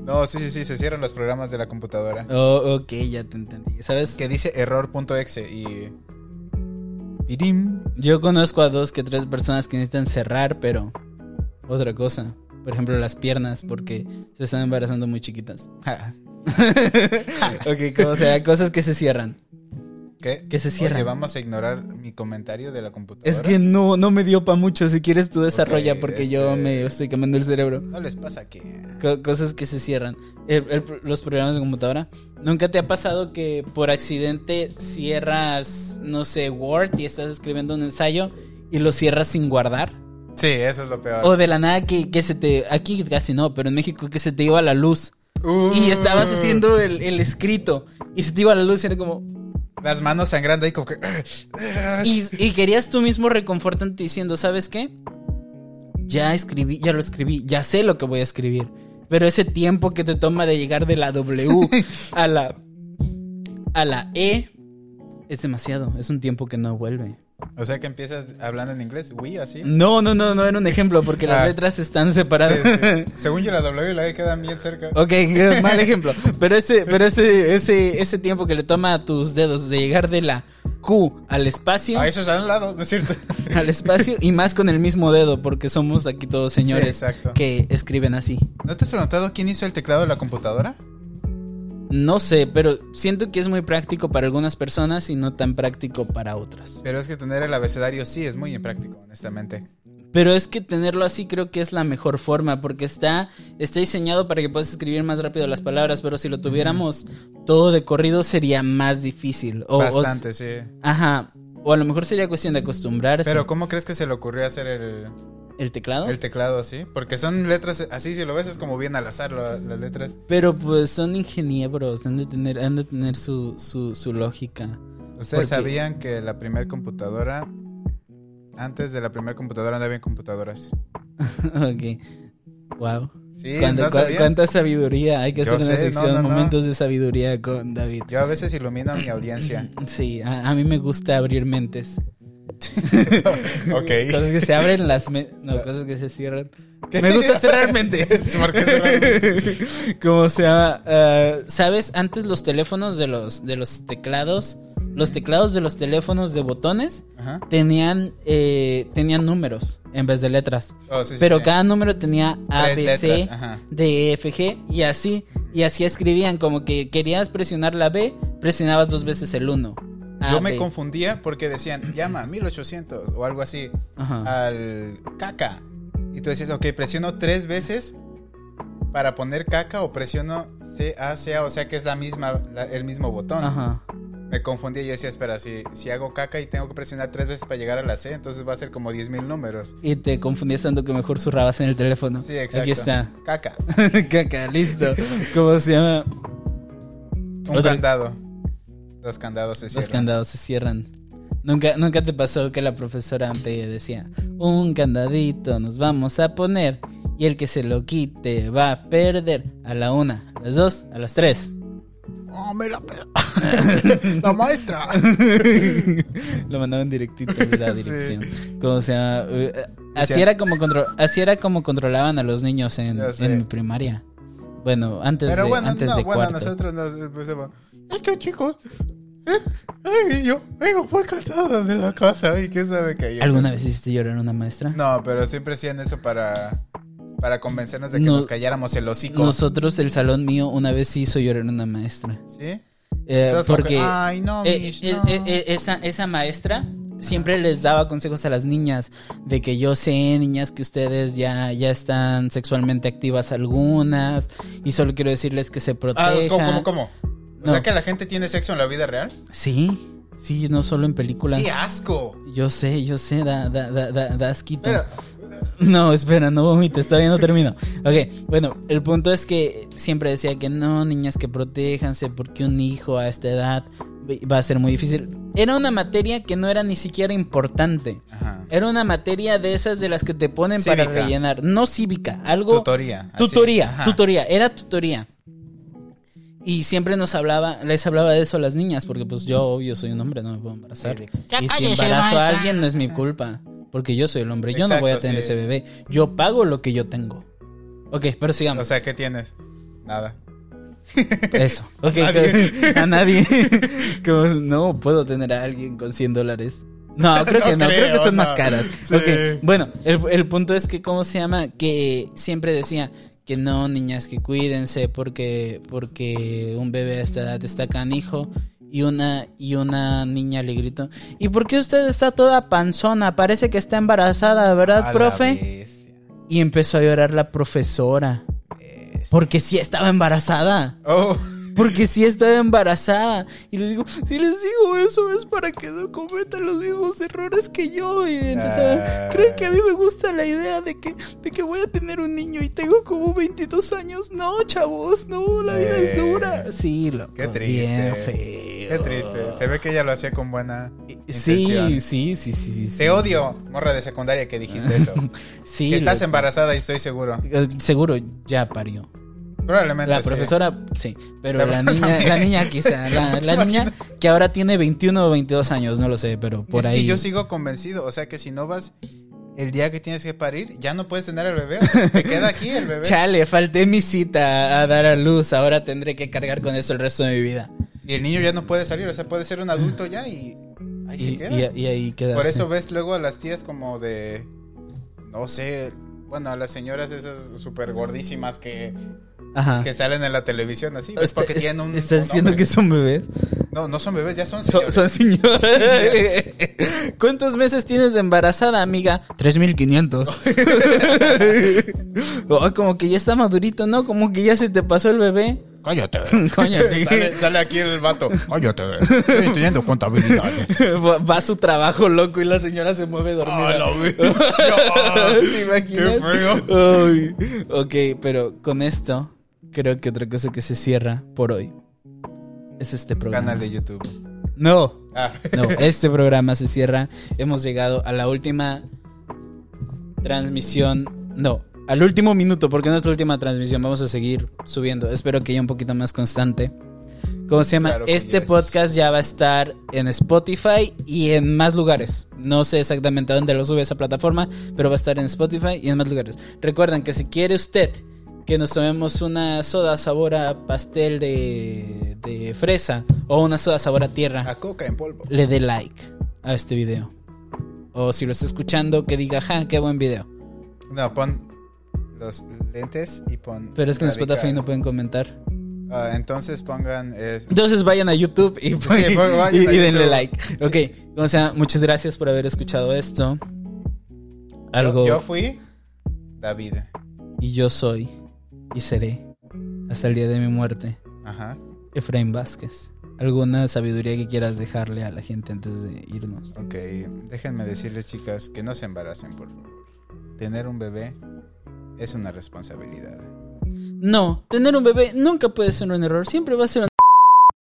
Speaker 2: No, sí, sí, sí, se cierran los programas de la computadora.
Speaker 1: Oh, ok, ya te entendí. ¿Sabes
Speaker 2: Que dice error.exe y.
Speaker 1: Yo conozco a dos que tres personas que necesitan cerrar, pero otra cosa. Por ejemplo, las piernas, porque se están embarazando muy chiquitas. *laughs*
Speaker 2: Ja.
Speaker 1: ok, como sea, cosas que se cierran.
Speaker 2: ¿Qué?
Speaker 1: Que se cierran.
Speaker 2: Oye, vamos a ignorar mi comentario de la computadora.
Speaker 1: Es que no, no me dio pa' mucho. Si quieres, tú desarrolla,
Speaker 2: Ok,
Speaker 1: porque yo
Speaker 2: este-
Speaker 1: me estoy quemando el cerebro.
Speaker 2: No les pasa que.
Speaker 1: Co- cosas que se cierran. El- el- los programas de computadora. ¿Nunca te ha pasado que por accidente cierras, no sé, Word y estás escribiendo un ensayo y lo cierras sin guardar?
Speaker 2: Sí, eso es lo peor.
Speaker 1: O de la nada que, que se te... Aquí casi no, pero en México que se te iba la luz.
Speaker 2: Uh,
Speaker 1: Y estabas haciendo el, el escrito y se te iba la luz y era como...
Speaker 2: Las manos sangrando ahí como que.
Speaker 1: Y, y querías tú mismo reconfortante diciendo, ¿sabes qué? Ya escribí, ya lo escribí, ya sé lo que voy a escribir. Pero ese tiempo que te toma de llegar de la
Speaker 2: *laughs*
Speaker 1: W a la a la E es demasiado, es un tiempo que no vuelve.
Speaker 2: O sea que empiezas hablando en inglés, oui, así.
Speaker 1: No, no, no, no era un ejemplo porque las
Speaker 2: Ah.
Speaker 1: letras están
Speaker 2: Sí,
Speaker 1: separadas. *laughs*
Speaker 2: sí. Según yo, la W y la E quedan bien cerca.
Speaker 1: Ok, *laughs* mal ejemplo. Pero ese, pero ese, ese, ese tiempo que le toma a tus dedos de llegar de la Q al espacio.
Speaker 2: Ah, eso está al lado, ¿no es cierto?
Speaker 1: al espacio y más con el mismo dedo, porque somos aquí todos señores
Speaker 2: Sí, exacto.
Speaker 1: que escriben así.
Speaker 2: ¿No te has preguntado quién hizo el teclado de la computadora?
Speaker 1: No sé, pero siento que es muy práctico para algunas personas y no tan práctico para otras.
Speaker 2: Pero es que tener el abecedario sí es muy impráctico, honestamente.
Speaker 1: Pero es que tenerlo así creo que es la mejor forma, porque está, está diseñado para que puedas escribir más rápido las palabras, pero si lo tuviéramos todo de corrido sería más difícil. O, o-
Speaker 2: Bastante, sí.
Speaker 1: ajá. O a lo mejor sería cuestión de acostumbrarse.
Speaker 2: Pero ¿cómo crees que se le ocurrió hacer el,
Speaker 1: ¿El teclado?
Speaker 2: el teclado así? Porque son letras así, si lo ves es como bien al azar la- las letras.
Speaker 1: Pero pues son ingenieros, han de tener, han de tener su, su, su lógica.
Speaker 2: ¿Ustedes
Speaker 1: Porque-
Speaker 2: sabían que la primera computadora... Antes de la primera computadora no había computadoras.
Speaker 1: Ok. Wow.
Speaker 2: Sí,
Speaker 1: Cuando-
Speaker 2: no
Speaker 1: cua-
Speaker 2: sabían.
Speaker 1: ¿Cuánta sabiduría? Hay que
Speaker 2: Yo
Speaker 1: hacer una
Speaker 2: sé, no,
Speaker 1: sección
Speaker 2: no, no.
Speaker 1: Momentos de Sabiduría con David.
Speaker 2: Yo a veces ilumino a
Speaker 1: *coughs*
Speaker 2: mi audiencia.
Speaker 1: Sí, a, a mí me gusta abrir mentes.
Speaker 2: ok.
Speaker 1: Cosas
Speaker 2: *laughs*
Speaker 1: que se abren las mentes. No, cosas que se cierran. Me gusta cerrar
Speaker 2: *laughs*
Speaker 1: mentes.
Speaker 2: ¿Por qué cerrar?
Speaker 1: Como sea, eh, ¿sabes? Antes los teléfonos de los, de los teclados, los teclados de los teléfonos de botones
Speaker 2: Ajá.
Speaker 1: tenían, eh, tenían números en vez de letras.
Speaker 2: Oh, sí, sí,
Speaker 1: Pero
Speaker 2: sí.
Speaker 1: cada número tenía A,
Speaker 2: Tres
Speaker 1: B, C,
Speaker 2: letras, ajá.
Speaker 1: D, E, F, G y así. Y así escribían, como que querías presionar la B, presionabas dos veces el 1.
Speaker 2: Yo me confundía porque decían, llama 1800 o algo así Ah,
Speaker 1: Ajá.
Speaker 2: al caca. Y tú decías, ok, presiono tres veces para poner caca o presiono C, A, C, A, o sea que es la misma, la- el mismo botón.
Speaker 1: Ajá.
Speaker 2: me confundí. Yo decía, espera, si, si hago caca y tengo que presionar tres veces para llegar a la C, entonces va a ser como 10.000 números.
Speaker 1: Y te confundías tanto que mejor zurrabas en el teléfono.
Speaker 2: Sí, exacto.
Speaker 1: Aquí está. *laughs*
Speaker 2: Caca.
Speaker 1: Caca,
Speaker 2: *laughs*
Speaker 1: listo. ¿Cómo se llama?
Speaker 2: Un
Speaker 1: Otro-
Speaker 2: candado. Los candados se
Speaker 1: Los
Speaker 2: cierran.
Speaker 1: candados se cierran. ¿Nunca, nunca te pasó que la profesora te decía, un candadito nos vamos a poner y el que se lo quite va a perder a la una, a las dos, a las tres.
Speaker 4: ¡Oh, me la pela! *laughs* ¡La
Speaker 1: *laughs*
Speaker 4: maestra!
Speaker 1: lo mandaban directito de la
Speaker 2: Sí.
Speaker 1: dirección. Como sea, eh, así
Speaker 2: Decían-
Speaker 1: era como contro- así era como controlaban a los niños en,
Speaker 2: Ya sé.
Speaker 1: en mi primaria. Bueno, antes
Speaker 2: Pero
Speaker 1: de,
Speaker 2: bueno,
Speaker 1: antes
Speaker 2: no,
Speaker 1: de
Speaker 2: bueno,
Speaker 1: cuarto.
Speaker 2: nosotros nos empezamos. Es que chicos, es- ay, yo vengo muy cansado de la casa y quién sabe que yo.
Speaker 1: ¿Alguna vez hiciste llorar a una maestra?
Speaker 2: No, pero siempre hacían eso para, para convencernos de que
Speaker 1: No-
Speaker 2: nos calláramos el hocico.
Speaker 1: Nosotros, el salón mío, una vez sí hizo llorar a una maestra.
Speaker 2: ¿Sí?
Speaker 1: Eh,
Speaker 2: Entonces, Ah, como que,
Speaker 1: porque
Speaker 2: ay, no,
Speaker 1: eh,
Speaker 2: Mish,
Speaker 1: es-
Speaker 2: no".
Speaker 1: eh, eh, esa, esa maestra siempre les daba consejos a las niñas de que yo sé, niñas, que ustedes ya, ya están sexualmente activas algunas y solo quiero decirles que se
Speaker 2: Ah,
Speaker 1: protejan.
Speaker 2: ¿cómo, cómo, cómo? O
Speaker 1: No.
Speaker 2: sea que la gente tiene sexo en la vida real.
Speaker 1: Sí, sí, no solo en películas.
Speaker 2: ¡Qué asco!
Speaker 1: Yo sé, yo sé, da, da, da, da, da asquito.
Speaker 2: Pero,
Speaker 1: *laughs* No, espera, no vomites, todavía no termino. Ok, bueno, el punto es que siempre decía que no, niñas que protéjanse, porque un hijo a esta edad va a ser muy difícil. Era una materia que no era ni siquiera importante.
Speaker 2: ajá.
Speaker 1: Era una materia de esas de las que te ponen para
Speaker 2: Cívica.
Speaker 1: rellenar. No cívica, algo.
Speaker 2: Tutoría. así.
Speaker 1: Tutoría,
Speaker 2: Ajá.
Speaker 1: tutoría, era tutoría. Y siempre nos hablaba, les hablaba de eso a las niñas, porque pues yo, obvio, soy un hombre, no me puedo embarazar.
Speaker 3: Ya
Speaker 1: Y si
Speaker 3: cállese,
Speaker 1: embarazo a
Speaker 3: maestra.
Speaker 1: alguien no es mi culpa, porque yo soy el hombre, yo no
Speaker 2: Exacto,
Speaker 1: voy a tener
Speaker 2: sí.
Speaker 1: ese bebé. Yo pago lo que yo tengo. Ok, pero
Speaker 2: O
Speaker 1: sigamos.
Speaker 2: sea, ¿qué tienes? Nada.
Speaker 1: Eso. *laughs* Ok,
Speaker 2: nadie.
Speaker 1: a nadie. *laughs* Como, no puedo tener a alguien con 100 dólares. No, creo que no,
Speaker 2: *laughs* No
Speaker 1: creo,
Speaker 2: creo,
Speaker 1: que son
Speaker 2: no.
Speaker 1: más caras.
Speaker 2: Sí.
Speaker 1: Ok, Bueno, el, el punto es que, ¿cómo se llama? Que siempre decía que no, niñas, que cuídense porque, porque un bebé a esta edad está canijo. Y una, y una niña le gritó, ¿y por qué usted está toda panzona? Parece que está embarazada,
Speaker 2: A
Speaker 1: ¿verdad,
Speaker 2: la
Speaker 1: profe?
Speaker 2: bestia.
Speaker 1: Y empezó a llorar la profesora. Porque sí estaba embarazada.
Speaker 2: Oh,
Speaker 1: Porque sí estaba embarazada. Y les digo, si les digo eso es para que no cometan los mismos errores que yo. Y empezaron,
Speaker 2: Ah.
Speaker 1: ¿creen que a mí me gusta la idea de que, de que voy a tener un niño y tengo como 22 años? No, chavos, no, la vida es
Speaker 2: Eh,
Speaker 1: dura. Sí, loco.
Speaker 2: qué triste.
Speaker 1: Bien feo.
Speaker 2: qué triste. Se ve que ella lo hacía con buena.
Speaker 1: Sí,
Speaker 2: intención.
Speaker 1: sí, sí, sí, sí. sí.
Speaker 2: Te odio, morra de secundaria, que dijiste eso.
Speaker 1: *laughs* Sí,
Speaker 2: que estás
Speaker 1: loco.
Speaker 2: embarazada y estoy seguro.
Speaker 1: Eh, Seguro ya parió.
Speaker 2: Probablemente.
Speaker 1: La
Speaker 2: sí.
Speaker 1: profesora, sí, pero
Speaker 2: eh, La
Speaker 1: la
Speaker 2: verdad
Speaker 1: niña, la
Speaker 2: también.
Speaker 1: niña quizá, la,
Speaker 2: ¿Te *laughs*
Speaker 1: la niña que ahora tiene 21 o 22 años, no lo sé, pero por
Speaker 2: es
Speaker 1: ahí.
Speaker 2: que yo sigo convencido. O sea que si no vas el día que tienes que parir, ya no puedes tener al
Speaker 1: *laughs*
Speaker 2: bebé. o sea, te queda aquí el bebé.
Speaker 1: Chale, falté mi cita a dar a luz, ahora tendré que cargar con eso el resto de mi vida.
Speaker 2: Y el niño ya no puede salir. O sea, puede ser un adulto ya y ahí
Speaker 1: Y,
Speaker 2: se queda.
Speaker 1: y- y ahí queda.
Speaker 2: Por eso ves luego a las tías como de. No sé. Bueno, a las señoras esas súper gordísimas que,
Speaker 1: Ajá.
Speaker 2: que salen en la televisión así. ¿ves?
Speaker 1: Está-
Speaker 2: Porque
Speaker 1: Ah. Este es-
Speaker 2: tienen un.
Speaker 1: ¿Estás
Speaker 2: un
Speaker 1: diciendo
Speaker 2: nombre.
Speaker 1: que son bebés?
Speaker 2: No, no son bebés, ya son
Speaker 1: Son,
Speaker 2: señores.
Speaker 1: son señores.
Speaker 2: *laughs*
Speaker 1: ¿Cuántos meses tienes de embarazada, amiga?
Speaker 2: *laughs*
Speaker 1: 3500. *laughs* Oh, como que ya está madurito, ¿no? Como que ya se te pasó el
Speaker 2: *laughs*
Speaker 1: bebé.
Speaker 4: ¡Cállate! *laughs*
Speaker 1: Coño, te-
Speaker 2: Sale, sale aquí el vato.
Speaker 4: ¡Cállate! Estoy estudiando contabilidad.
Speaker 1: Va va a su trabajo loco y la señora se mueve dormida.
Speaker 2: Ah, *laughs* la bestia.
Speaker 1: *laughs* ¿Te imaginas?
Speaker 2: Qué feo.
Speaker 1: Ay. Ok, pero con esto creo que otra cosa que se cierra por hoy es este programa.
Speaker 2: Canal de YouTube.
Speaker 1: No,
Speaker 2: Ah,
Speaker 1: no, este programa se cierra. Hemos llegado a la última transmisión. No, al último minuto, porque no es la última transmisión. Vamos a seguir subiendo. Espero que ya un poquito más constante. ¿Cómo se llama?
Speaker 2: Claro que
Speaker 1: este
Speaker 2: yes.
Speaker 1: podcast ya va a estar en Spotify y en más lugares. No sé exactamente a dónde lo sube esa plataforma, pero va a estar en Spotify y en más lugares. Recuerden que si quiere usted que nos tomemos una soda sabor a pastel de, de fresa o una soda sabor a tierra
Speaker 2: a coca en polvo.
Speaker 1: le dé like a este video. O si lo está escuchando, que diga, ja, qué buen video.
Speaker 2: No, pon los lentes y pon.
Speaker 1: Pero es que en
Speaker 2: radical.
Speaker 1: Spotify no pueden comentar.
Speaker 2: Ah, entonces pongan. es-
Speaker 1: Entonces vayan a YouTube y,
Speaker 2: Sí, pues, vayan
Speaker 1: *laughs*
Speaker 2: a
Speaker 1: y- y
Speaker 2: YouTube.
Speaker 1: denle like. Ok, o sea, muchas gracias por haber escuchado esto. Algo.
Speaker 2: Yo, yo fui David.
Speaker 1: Y yo soy y seré hasta el día de mi muerte,
Speaker 2: Ajá.
Speaker 1: Efraín Vázquez. alguna sabiduría que quieras dejarle a la gente antes de irnos.
Speaker 2: Ok, déjenme decirles, chicas, que no se embaracen, por favor. Tener un bebé es una responsabilidad.
Speaker 1: No, tener un bebé nunca puede ser un error, siempre va a ser un